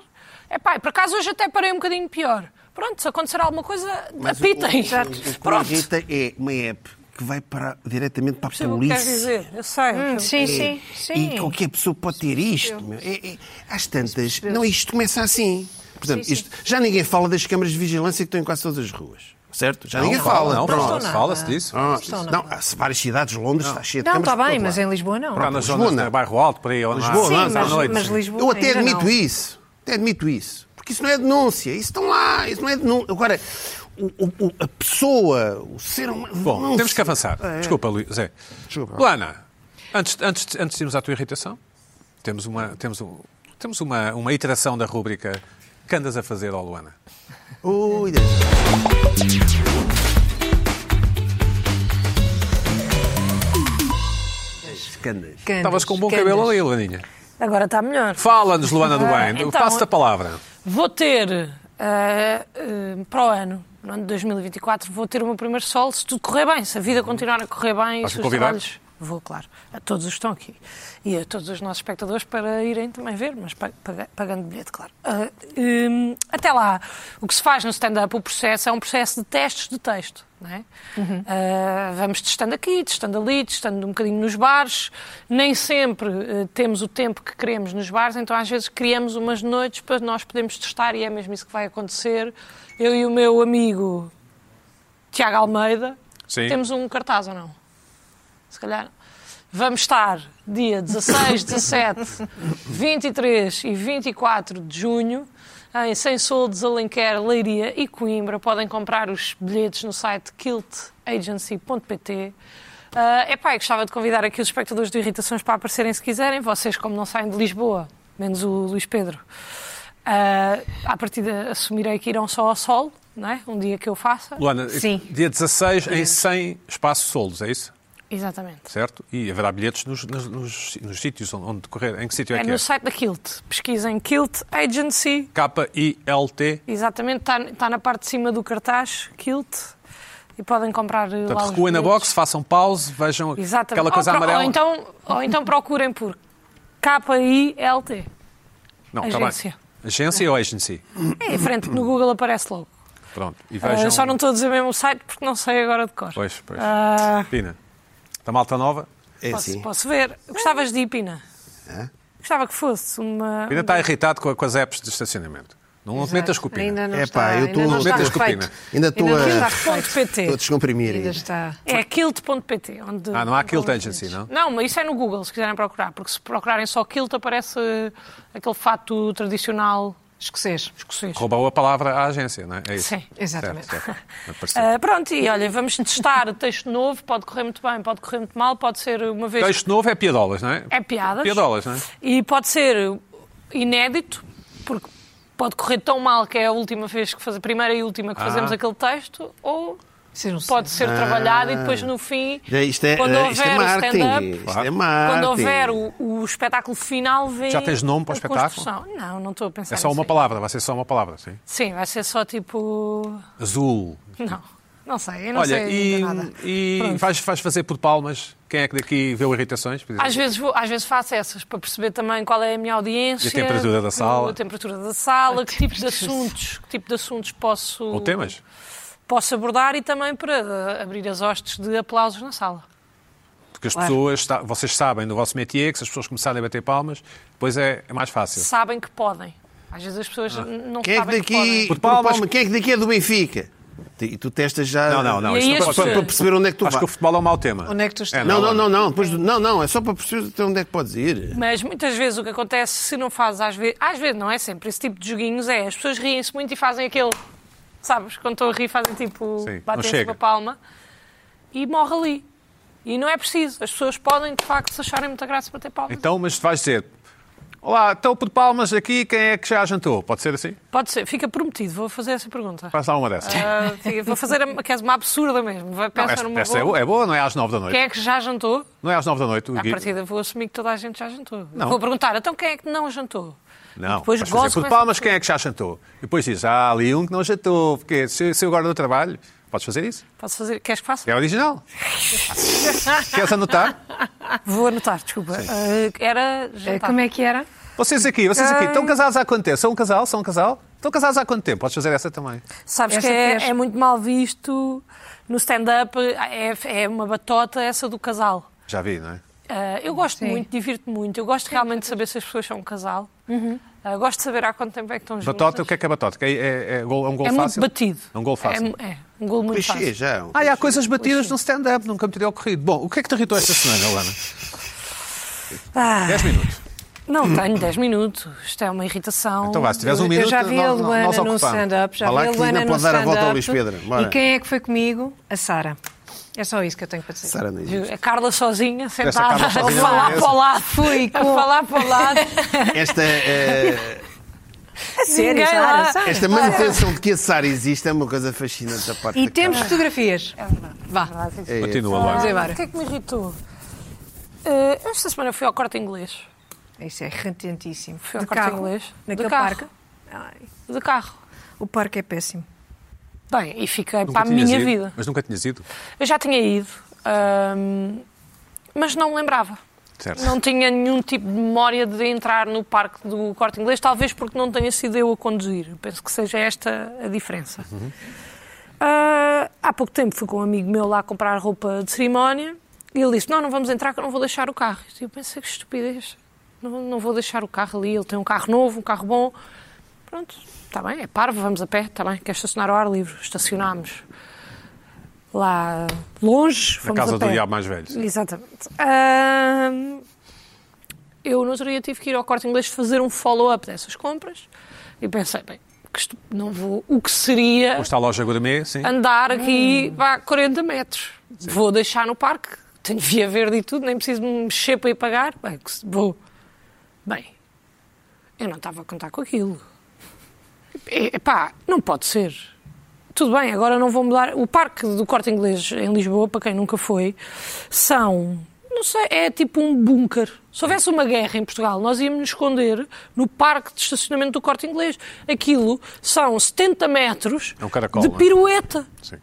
D: É pá, e por acaso hoje até parei um bocadinho pior. Pronto, se acontecer alguma coisa, apitem.
C: O que me
D: Pronto,
C: irrita é uma app que vai para, diretamente para a
D: percebo o que queres
C: polícia.
D: dizer. Eu sei. eu percebo.
E: Sim, sim, sim.
C: E qualquer pessoa pode ter isto. meu. É, é, às tantas. Não, isto começa assim. Portanto, isto- já ninguém fala das câmaras de vigilância que estão em quase todas as ruas. Certo? Já ninguém fala.
B: Não,
C: Pronto.
B: fala-se
E: nada.
B: fala-se disso.
C: Ah, não, há várias cidades, Londres está cheia de
E: Não,
C: câmaras
E: está
C: por
E: bem,
C: todo
E: mas
C: lado.
E: em Lisboa não.
B: Lá nas
C: Lisboa,
B: zonas
C: não.
B: do bairro alto, por aí. ou não há-
C: Lisboa,
E: Sim,
B: à
C: mas-
B: noite,
E: mas
B: sim.
E: Lisboa-
C: Eu até
E: ainda
C: admito
E: não.
C: isso. Até admito isso. Porque isso não é denúncia. Isso estão lá. Isso não é denúncia. Agora, o- o- o- a pessoa, o ser humano.
B: Bom,
C: não
B: temos
C: se-
B: que avançar. Desculpa, Luís. Zé.
C: Desculpa.
B: Luana, antes, antes, de- antes de irmos à tua irritação, temos uma, temos um, temos uma, uma iteração da rúbrica que andas a fazer, ó Luana.
C: Ui, Deus. Escândalos.
E: Canas,
B: Estavas com um bom
E: canas.
B: cabelo ali, Luaninha.
D: Agora está melhor.
B: Fala-nos, Luana do
D: Ah,
B: Bem.
D: então-
B: Passo-te a palavra.
D: Vou ter ah, ah, para o ano, no ano de 2024, vou ter o meu primeiro sol, se tudo correr bem, se a vida continuar a correr bem e
B: Vais
D: se os
B: convidar?
D: trabalhos. Vou, claro, a todos os que estão aqui e a todos os nossos espectadores para irem também ver, mas pa- paga- pagando bilhete, claro. Ah, hum, até lá, o que se faz no stand-up, o processo, é um processo de testes de texto. Não é? Ah, vamos testando aqui, testando ali, testando um bocadinho nos bares. Nem sempre eh, temos o tempo que queremos nos bares, então às vezes criamos umas noites para nós podermos testar e é mesmo isso que vai acontecer. Eu e o meu amigo Tiago Almeida.
B: Sim.
D: Temos um cartaz ou não? Se calhar. Vamos estar dia 16, 17, 23 e 24 de junho em Sem Soldes, Alenquer, Leiria e Coimbra. Podem comprar os bilhetes no site kiltagency.pt. é epá, eu gostava de convidar aqui os espectadores do Irritações para aparecerem se quiserem. Vocês, como não saem de Lisboa, menos o Luís Pedro, ah, à partida assumirei que irão só ao sol, não é? um dia que eu faça.
B: Luana,
E: Sim.
B: dia 16 em 100 espaços soldos, é isso?
D: Exatamente.
B: Certo? E haverá bilhetes nos, nos, nos, nos sítios onde, onde correr. Em que sítio é,
D: É
B: que é?
D: no site da Kilt. Pesquisem Kilt Agency.
B: K-I-L-T.
D: Exatamente, está na parte de cima do cartaz, Kilt. E podem comprar eh, lá
B: Portanto,
D: os
B: recuem na
D: bilhetes.
B: box, façam pause, vejam
D: Exatamente.
B: aquela coisa
D: ou, pro-
B: amarela.
D: Ou então, ou então procurem por K-I-L-T.
B: Não, tá bem.
D: Agência.
B: Agência ou agency?
D: É em frente, no Google aparece logo.
B: Pronto. E
D: Ah,
B: vejam.
D: eu só não estou a dizer mesmo o site porque não sei agora de cor.
B: Pois, pois.
D: Ah,
B: Pina, da malta nova.
C: É
D: posso,
C: assim.
D: posso ver. Gostavas de ir, Pina? Gostava que fosse uma.
B: Pina está irritado com, a- com as apps de estacionamento. Não, não te metas com o Pina.
E: Ainda não
C: Epá,
E: está,
C: eu
E: ainda
C: tô-
E: não está
B: Metas com
E: feito.
B: pena.
C: Ainda estou
E: não
C: a,
E: está. É.
D: Kilt.pt.
C: estou a descomprimir
E: Ainda
C: ainda.
E: está.
D: É kilt.pt. onde-
B: Ah, não há
D: onde
B: Kilt
D: vão os
B: Agency,
D: bilhetes. Não, mas isso é no Google, se quiserem procurar, porque se procurarem só kilt aparece aquele fato tradicional
E: Escocês.
D: escocês.
B: Roubou a palavra à agência, não é? É isso.
D: Sim,
E: exatamente.
B: Certo, é certo. Apareceu.
D: Ah, pronto, e olha, vamos testar texto novo, pode correr muito bem, pode correr muito mal, pode ser uma vez...
B: Texto novo é piadolas, não é?
D: É piadas.
B: Piadolas, não é?
D: E pode ser inédito, porque pode correr tão mal que é a última vez que faz... a primeira e última que
B: Ah.
D: fazemos aquele texto, ou
E: Vocês não
D: pode
E: sabem.
D: ser trabalhado e depois no fim,
C: Já Isto é,
D: quando
C: isto é
D: houver o
C: marketing.
D: stand-up,
C: Isto é
B: Quando
C: marketing.
D: Quando houver o, o espetáculo final, vem.
B: Ah, Já tens nome para o
D: a
B: espetáculo?
D: construção. Não, não estou a pensar.
B: É só
D: nisso
B: uma
D: ainda.
B: palavra, vai ser só uma palavra, sim.
D: Sim, vai ser só tipo.
B: Azul.
D: Não, não sei. Eu não
B: Olha,
D: sei
B: e,
D: ainda nada.
B: e
D: Pronto.
B: vais, vais fazer por palmas. Quem é que daqui vê o irritações? por exemplo?
D: Às vezes, vou- às vezes faço essas para perceber também qual é a minha
B: E
D: audiência.
B: a temperatura da sala.
D: A temperatura da sala, que tipo de assuntos, que tipo de assuntos posso,
B: Ou temas?
D: posso abordar e também para eh, abrir as hostes de aplausos na sala.
B: Porque as pessoas, sa- vocês sabem no vosso métier que se as pessoas começarem a bater palmas, depois é, é mais fácil.
D: Sabem que podem. Às vezes as
B: Ah.
D: pessoas n- não
C: Quem é que
D: sabem que podem.
C: daqui.
B: Por
C: por
B: palmas-
C: palma, quem é que daqui é do Benfica? E tu testas já.
B: Não, não, não.
D: E
B: isto
D: aí
B: não
D: as
B: pode ser.
C: Para perceber onde é que tu
B: Acho que o
C: vais.
B: futebol é um mau tema.
E: Onde é que tu estás?
C: Não, não, não, não. Depois, do- não, não. É só para perceber até onde é que podes ir.
D: Mas muitas vezes o que acontece, se não fazes às vezes, às vezes não é sempre, esse tipo de joguinhos é, as pessoas riem-se muito e fazem aquele, sabes, quando estão a rir fazem tipo,
B: Sim, não
D: batem-se
B: chega.
D: com a palma e morre ali. E não é preciso, as pessoas podem de facto se acharem muita graça para ter palma.
B: Então, mas vais dizer: Olá, estou por palmas aqui, quem é que já jantou? Pode ser assim?
D: Pode ser, fica prometido, vou fazer essa pergunta.
B: Faz lá uma dessa.
D: Ah, fica- vou fazer uma, quer dizer, uma absurda mesmo, vai
B: Não,
D: pensar
B: esta
D: numa
B: esta é,
D: boa.
B: boa, é boa, não é às nove da noite.
D: Quem é que já jantou?
B: Não é às nove da noite. O
D: À
B: Gui-
D: partida vou assumir que toda a gente já jantou.
B: Não.
D: Vou perguntar, então quem é que não jantou?
B: Não,
D: e depois
B: vais fazer
D: gozo
B: por
D: com
B: palmas
D: essa
B: quem é que já jantou. E depois diz, ah, ali um que não jantou. Porque se, se eu guardo o trabalho, podes fazer isso?
D: pessoa. Posso fazer? Queres que faça?
B: É original. Queres anotar?
D: Vou anotar, desculpa. Eh, era
E: Eh,
D: jantar.
E: Como é que era?
B: Vocês aqui, vocês aqui, estão casados há quanto tempo? São um casal? São um casal? Estão casados há quanto tempo? Podes fazer essa também.
D: Sabes
E: Essa
D: que
E: fez.
D: é, é muito mal visto no stand-up, é, é uma batota essa do casal.
B: Já vi, não é?
D: Ah, eu gosto muito, divirto muito. Eu gosto realmente de saber se as pessoas são um casal.
E: Uhum.
D: Ah, gosto de saber há quanto tempo é que estão juntos.
B: Batota, o que é que é batota? Que É, é, é gol, é um gol
D: É muito
B: fácil?
D: batido.
B: É um gol fácil.
D: É, é, um gol muito
C: Clichê,
D: fácil.
C: já. é um
B: Ah, e há
C: clichê.
B: coisas batidas no stand-up, nunca me teria ocorrido. Bom, o que é que te irritou esta semana, Lana?
D: Ah,
B: 10 minutos.
D: não tenho 10 minutos. Isto é uma irritação.
B: Então vá, se tiveres um minuto,
E: eu já vi a
B: nós-
E: Luana
B: nós
E: no
B: ocupamos.
E: stand-up, já
C: Vá lá
E: vi a
C: que ainda
E: Luana no
C: pode dar a volta ao
E: stand-up.
C: Luís Pedro. Bora.
E: E quem é que foi comigo? A Sara. É só isso que eu tenho para dizer.
C: Sara não existe.
D: A Carla sozinha, sentada,
B: Carla sozinha
D: a falar
B: não é
D: para o lado.
E: Fui
D: A
E: com
D: falar para o lado.
C: Esta, eh,
E: a sério,
D: Ninguém
E: Sara,
D: lá.
E: Sara.
C: esta manutenção de que a Sara existe é uma coisa fascinante da parte
E: E
C: da
E: temos
C: Carla.
E: fotografias. Vá,
C: É isso.
B: Continua,
E: vamos
B: Luana.
E: embora.
D: O que é que me irritou? Ah, eu esta semana fui ao corte inglês.
E: Isso é irritantíssimo.
D: Fui ao
E: De
D: corte
E: carro,
D: inglês.
E: naquele
D: De carro.
E: parque. Ai,
D: De carro.
E: o parque é péssimo.
D: Bem, e fiquei
B: Nunca
D: para a
B: tinhas
D: minha
B: ido,
D: vida.
B: Mas nunca tinhas ido.
D: Eu já tinha ido, hum, mas não me lembrava.
B: Certo.
D: Não tinha nenhum tipo de memória de entrar no parque do corte inglês, talvez porque não tenha sido eu a conduzir. Eu Penso que seja esta a diferença. Ah, há pouco tempo fui com um amigo meu lá comprar roupa de cerimónia e ele disse: Não, não vamos entrar, que eu não vou deixar o carro. E eu pensei: Que estupidez, não, vou- não vou deixar o carro ali. Ele tem um carro novo, um carro bom. Pronto, está bem, é parvo, vamos a pé, está bem, quer estacionar ao ar livre. Estacionámos lá longe.
B: Na
D: fomos
B: casa
D: a pé.
B: do diabo mais velho.
D: Exatamente. Ahm, eu no outro dia tive que ir ao corte inglês fazer um follow-up dessas compras e pensei, bem, que isto- não vou, o que seria
B: Foste à loja gourmet, sim.
D: andar aqui
B: Hum.
D: vá, 40 metros. Vou deixar no parque, tenho via verde e tudo, nem preciso me mexer para ir pagar. Bem, que se- vou. Bem, eu não estava a contar com aquilo. E- Epá, não pode ser. Tudo bem, agora não vou mudar. O parque do corte inglês em Lisboa, para quem nunca foi, são. Não sei, é tipo um bunker. Se houvesse uma guerra em Portugal, nós íamos nos esconder no parque de estacionamento do corte inglês. Aquilo são 70 metros
B: É um caracol,
D: de
B: não é?
D: pirueta
B: Sim.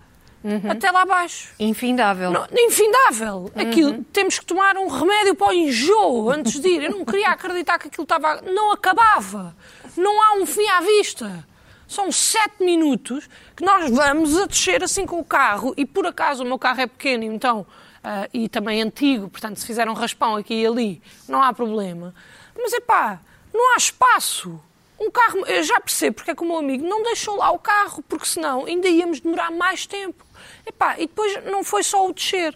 D: até lá abaixo.
E: Infindável.
D: Não, infindável. Aquilo, temos que tomar um remédio para o enjoo antes de ir. Eu não queria acreditar que aquilo estava. Não acabava. Não há um fim à vista. São sete minutos que nós vamos a descer assim com o carro e por acaso o meu carro é pequeno, então, ah, e também antigo, portanto, se fizer um raspão aqui e ali, não há problema. Mas é pá, não há espaço. Um carro, eu já percebo porque é que o meu amigo não deixou lá o carro, porque senão ainda íamos demorar mais tempo. Epá, e depois não foi só o descer.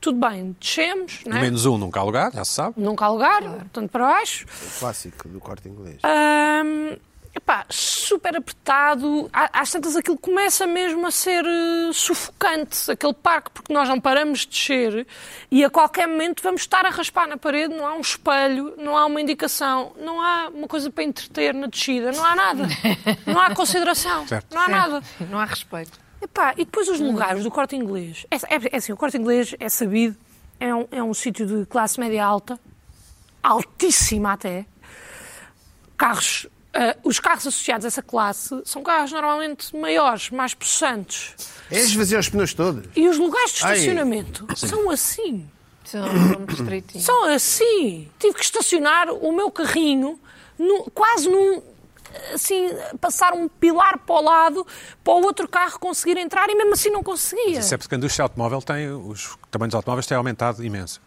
D: Tudo bem, descemos,
B: No
D: não é?
B: menos um nunca há lugar, já se sabe.
D: nunca há lugar, portanto para baixo.
C: Clássico do corte inglês.
D: Ahm, epá, super apertado. Há- Às tantas aquilo começa mesmo a ser eh, sufocante, aquele parque, porque nós não paramos de descer e a qualquer momento vamos estar a raspar na parede, não há um espelho, não há uma indicação, não há uma coisa para entreter na descida, não há nada. Não há consideração,
B: Certo.
D: não há é nada.
E: Não há respeito.
D: Epá, e depois os lugares do corte inglês. É, é- é assim, o corte inglês é sabido, é um, é um sítio de classe média alta, altíssima até. Carros, ah, os carros associados a essa classe são carros normalmente maiores, mais possantes.
C: É esvaziar os pneus todos.
D: E os lugares de
C: Ai.
D: estacionamento são assim.
E: São muito estreitinhos.
D: São assim. Tive que estacionar o meu carrinho no- quase num. Assim, passar um pilar para o lado para o outro carro conseguir entrar e mesmo assim não conseguia.
B: Isso é porque a indústria automóvel tem, os tamanhos dos automóveis têm aumentado imenso.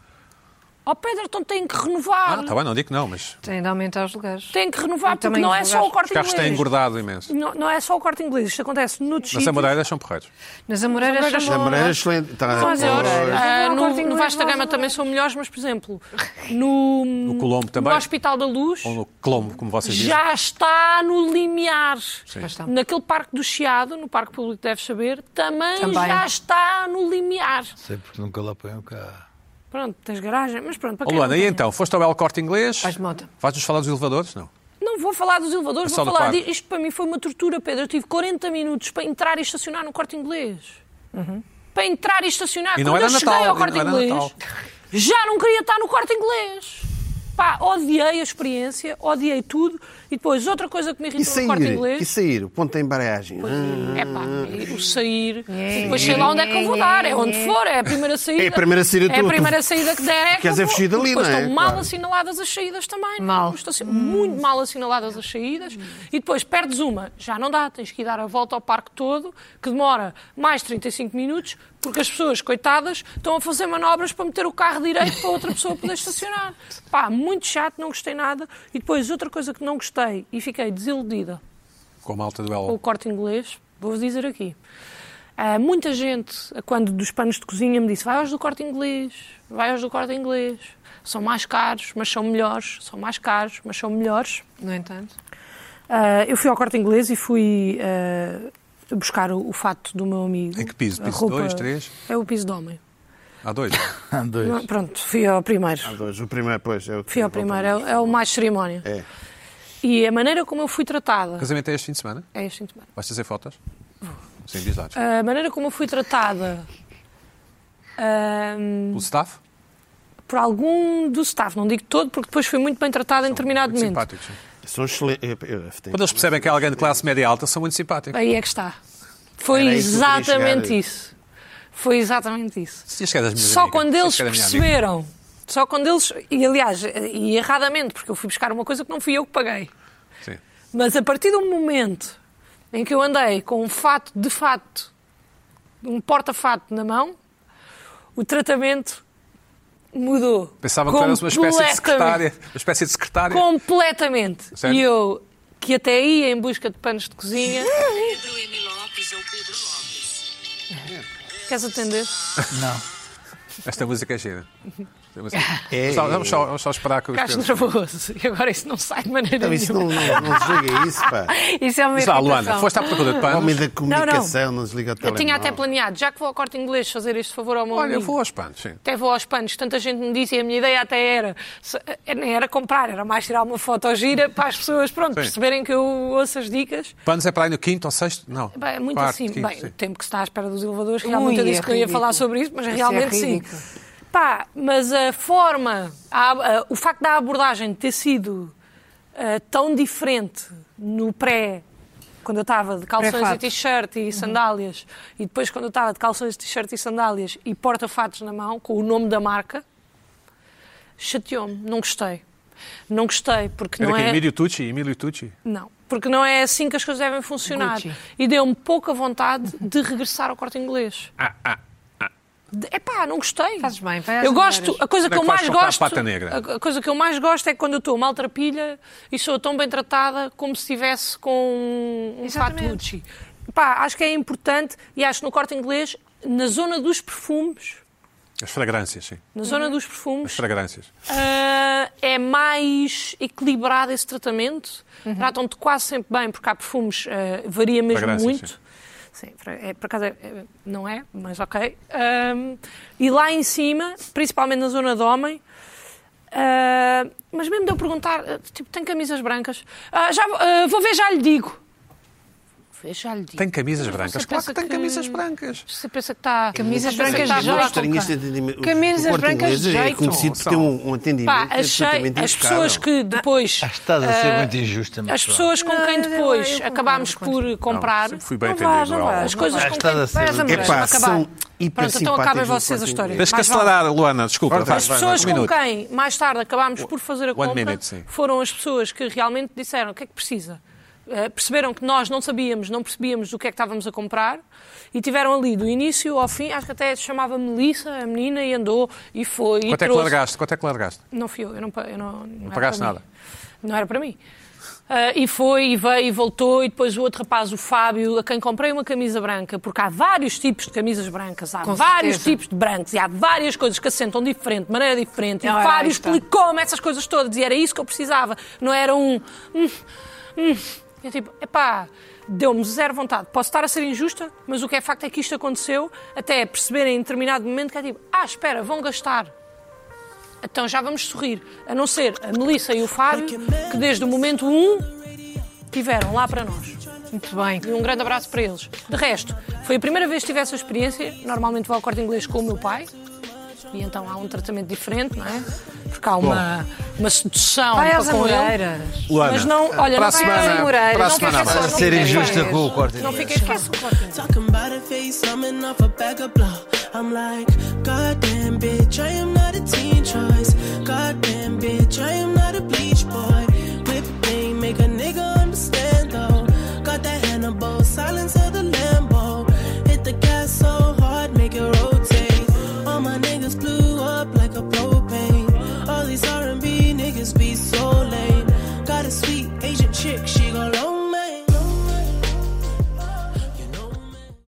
D: Ó Pedro, então têm que renovar.
B: Ah, está bem, não digo que não, mas
E: Tem de aumentar os lugares.
D: Têm que renovar,
E: Eu
D: porque
E: também
D: não é
E: os
D: só o
E: lugares-
B: os
D: corte
B: carros têm
D: inglês.
B: engordado imenso.
D: Não, não é só o corte inglês, isto acontece noutros
B: Mas a
D: sítios.
B: Moreira são porreiros.
E: Nas Amoreiras
D: Nas
E: são
C: A
E: boas.
C: maneira excelente. Tá-
E: Mas é
C: Pois.
E: horário.
D: Ah,
E: Não, o
D: no,
E: Corte
D: no
E: Inglês
D: Vasta
E: vai
D: Gama
E: lá.
D: também são melhores, mas, por exemplo, no,
B: No Colombo também.
D: Hum. no Hospital da Luz,
B: Ou no Colombo, como vocês dizem.
D: já está no limiar.
E: Pois está.
D: Naquele Parque do Chiado, no Parque Público, deves saber, também,
E: Também.
D: já está no limiar.
G: Sei porque nunca lá põe o carro.
D: Pronto, tens garagem, mas pronto, para
B: Ó,
D: quem
B: Luana,
D: não
B: e
D: tem?
B: então? Foste ao El Corte Inglês?
E: Vais de moto.
B: Vais-nos falar dos elevadores? Não.
D: Não vou falar dos elevadores,
B: É só
D: vou
B: do
D: falar
B: parque.
D: disto. Isto para mim foi uma tortura, Pedro. Eu tive 40 minutos para entrar e estacionar no corte inglês. Para entrar e estacionar.
B: E não
D: Quando
B: era
D: eu cheguei
B: Natal,
D: ao
B: e
D: corte
B: não era
D: inglês,
B: Natal.
D: já não queria estar no corte inglês. Pá, odiei a experiência, odiei tudo E depois, outra coisa que me
C: E
D: irritou no corte
C: sair,
D: inglês...
C: e sair, o ponto da embreagem. Uhum.
D: É pá, o
C: É.
D: sair. Depois sei lá onde é que eu vou dar, é onde for, é a primeira saída.
C: É a primeira saída,
D: É a
C: tu-
D: primeira
C: tu-
D: saída que der, é que
C: queres
D: eu
C: é
D: vou.
C: fugir dali,
D: depois
C: não é?
D: estão mal
C: Claro.
D: assinaladas as saídas também.
E: Mal.
D: Estão assim, muito mal assinaladas as saídas. E depois perdes uma, já não dá, tens que ir dar a volta ao parque todo, que demora mais 35 minutos, porque as pessoas, coitadas, estão a fazer manobras para meter o carro direito para outra pessoa poder estacionar. Pá, muito chato, não gostei nada. E depois, outra coisa que não gostei e fiquei desiludida
B: Com a malta do
D: com o
B: Elo.
D: corte inglês, vou-vos dizer aqui. Ah, muita gente, quando dos panos de cozinha, me disse: vai aos do corte inglês, vai aos do corte inglês. São mais caros, mas são melhores. São mais caros, mas são melhores.
E: No entanto,
D: Ah, eu fui ao corte inglês e fui ah, buscar o, o fato do meu amigo.
B: Em que piso?
D: A
B: Piso
D: roupa-
B: dois, três?
D: É o piso de homem.
B: Há dois. é?
G: Dois.
D: Não, pronto, fui ao primeiro.
B: Ah,
C: Dois, O primeiro, pois, é o
D: Fui ao primeiro, é, o- é o mais cerimónia.
C: É.
D: E a maneira como eu fui tratada.
B: Casamento é este fim de semana?
D: É este intimado.
B: Vais fazer fotos? Sim, diz lá.
D: A maneira como eu fui tratada. ah,
B: O staff?
D: por algum do staff, não digo todo, porque depois fui muito bem tratada em determinado
B: Muito
D: momento.
B: simpáticos. sim.
C: São excelentes. eu- eu- eu-
B: Quando eles percebem que é alguém de classe média alta, são muito simpáticos.
D: Aí é que está. Foi
C: Era aí que eu queria
D: exatamente
C: chegar.
D: isso. Foi exatamente isso.
B: Se diz que é das minhas
D: Só
B: amigas,
D: quando
B: se
D: eles
B: diz que é da minha amiga.
D: perceberam, só quando eles, e aliás, e erradamente, porque eu fui buscar uma coisa que não fui eu que paguei.
B: Sim.
D: Mas a partir do momento em que eu andei com um fato de fato, um porta-fato na mão, o tratamento mudou.
B: Pensava que tu eras uma espécie de
D: Completamente.
B: secretária. Uma espécie de secretária.
D: Completamente.
B: Sério?
D: E eu, que até ia em busca de panos de cozinha.
H: Pedro M. Lopes ou Pedro Lopes.
D: Queres atender?
B: Esta música é gira. Esta música-
C: É,
B: Vamos só-
C: é,
B: Vamos só, vamos só esperar que os
D: Ficaste
B: Pedro-
D: nervoso. E agora isso não sai de maneira
C: Então, isso
D: nenhuma.
C: não, não, não desliga isso, pá.
E: isso é uma
B: Diz lá,
E: irritação.
B: Luana, foste à procura de panos?
C: Homem da comunicação, não, desliga o
D: Eu
C: telemóvel.
D: tinha até planeado, já que vou ao corte inglês fazer este favor ao meu
B: Olha, eu
D: amigo.
B: vou aos panos, sim.
D: Até vou aos panos, tanta gente me disse e a minha ideia até era, se- eh, nem era comprar, era mais tirar uma foto gira para as pessoas pronto, perceberem que eu ouço as dicas.
B: Panos é para aí no quinto ou sexto? Não.
D: Bem, é muito
B: Quarto,
D: assim.
B: quinto,
D: Bem, o
B: sim.
D: tempo que se está à espera dos elevadores, realmente eu
E: Ui, é
D: disse que eu ia
E: ridículo.
D: falar sobre isso, mas
E: Isso é
D: realmente sim.
E: ridículo.
D: Pá, mas a forma, a- a- o facto da abordagem ter sido ah, tão diferente no pré, quando eu estava de calções e
E: Pré-fato. Uhum.
D: t-shirt e sandálias, e depois quando eu estava de calções, t-shirt e sandálias e porta-fatos na mão, com o nome da marca, chateou-me, não gostei. Não gostei, porque
B: Era
D: não
B: quem?
D: é...
B: Emílio Tucci? Emílio Tucci?
D: Não, porque não é assim que as coisas devem funcionar.
E: Gucci.
D: E deu-me pouca vontade de regressar ao corte inglês. Ah, ah, ah. Epá, não gostei.
E: Fazes bem, vai às
D: Eu gosto,
E: mulheres.
D: a coisa
B: Onde é
D: que eu
B: que vais
D: mais
B: comprar
D: gosto,
B: pata negra?
D: a- a coisa que eu mais gosto é quando eu estou maltrapilha e sou tão bem tratada como se estivesse com um fato
E: Exatamente.
D: Gucci. Pá, acho que é importante e acho que no corte inglês, na zona dos perfumes,
B: As fragrâncias, sim.
D: na
E: Uhum.
D: zona dos
B: As
D: perfumes,
B: fragrâncias.
D: ah, é mais equilibrado esse tratamento.
E: Uhum.
D: Tratam-te quase sempre bem, porque há perfumes, ah, varia mesmo
B: Fragrâncias,
D: muito.
B: sim.
D: Sim, fra- é, por acaso é- é- não é, mas ok. Ahm, e lá em cima, principalmente na zona de homem, ah, mas mesmo de eu perguntar, ah, tipo, tem camisas brancas? Ah, já, vou- ah, vou ver, já lhe digo. Vê, já lhe digo.
B: Tem camisas brancas?
D: Você
B: Claro que
D: pensa
B: tem
D: que-
B: camisas brancas.
D: Você pensa que está.
E: Camisas
D: você pensa que
E: brancas
D: está
E: já
D: a
C: Não
D: jogar com
E: estão
C: estranho
D: quem?
C: este atendimento.
E: Camisas
C: O corte
E: brancas
C: inglês é
E: jeitam.
C: conhecido por ter um, um atendimento
B: é
D: Pá, achei
C: absolutamente
D: as
C: impecável.
D: pessoas que depois.
G: Estás a ser
D: ah,
G: muito injusta, meu
D: As
G: João.
D: pessoas com
E: Não,
D: quem
E: eu-
D: depois
E: eu
D: acabámos
E: concordo
D: por comprar,
B: sempre fui bem
E: Não vais,
B: atendido.
E: não
B: João.
E: vais.
D: as coisas
G: Ah,
D: com
G: estás a
D: quem.
G: ser-
E: Vai às mulheres,
C: Epá,
E: vai acabar.
C: são
D: Pronto, então acabem
C: hipersimpáticos
D: vocês
C: no
D: a
C: corte
B: Tens
D: história.
B: é que
D: Mais vale.
B: acelerar, Luana, desculpa.
C: Corta.
B: vai,
D: As
B: vai,
D: pessoas
B: vai, um
D: com
B: minuto.
D: quem mais tarde acabámos por fazer a
B: One
D: compra
B: minute, sim.
D: foram as pessoas que realmente disseram o que é que precisa. Eh, perceberam que nós não sabíamos, não percebíamos o que é que estávamos a comprar e tiveram ali do início ao fim, acho que até se chamava Melissa, a menina, e andou e foi. e
B: Quanto é que
D: trouxe.
B: largaste? Quanto é que largaste?
D: Não fui eu, eu não, pa- eu não, não era
B: pagaste
D: para mim.
B: nada?
D: Não era para mim. Ah, e foi, e veio, e voltou, e depois o outro rapaz, o Fábio, a quem comprei uma camisa branca, porque há vários tipos de camisas brancas, há
E: Com
D: vários
E: certeza.
D: tipos de brancos, e há várias coisas que assentam diferente, de maneira diferente. E
E: Ora,
D: o
E: aí
D: Fábio
E: está.
D: explicou-me essas coisas todas, e era isso que eu precisava. Não era um... hum, hum. Eu tipo, epá, deu-me zero vontade. Posso estar a ser injusta, mas o que é facto é que isto aconteceu, até perceberem em determinado momento que é tipo, ah, espera, vão gastar. Então já vamos sorrir. A não ser a Melissa e o Fábio, que desde o momento 1 tiveram lá para nós.
E: Muito bem.
D: E um grande abraço para eles. De resto, foi a primeira vez que tive essa experiência. Normalmente vou ao corte inglês com o meu pai. E então há um tratamento diferente, não é? Porque há uma, uma sedução
E: Vai
D: para
E: às
D: com ele.
E: Amoreiras.
B: Luana,
D: Mas não, olha,
B: para a
D: não vai às
B: semana,
D: Amoreiras.
B: para a
D: Não
B: semana
D: fiquem
B: há
D: só-
B: mais.
D: não
G: Ser
D: fiquem
G: injusta
D: só-
G: com o corte.
D: Não fiquem esquece o corte.
I: Talking about a face, I'm in off a bag of blow. I'm like, goddamn bitch, I am not a teen choice. Goddamn bitch, I am not a bleach boy. Whip game, make a nigga understand though. Got that Hannibal, silence of the Lambo. Hit the gas so hard, make it rotate. All my niggas blue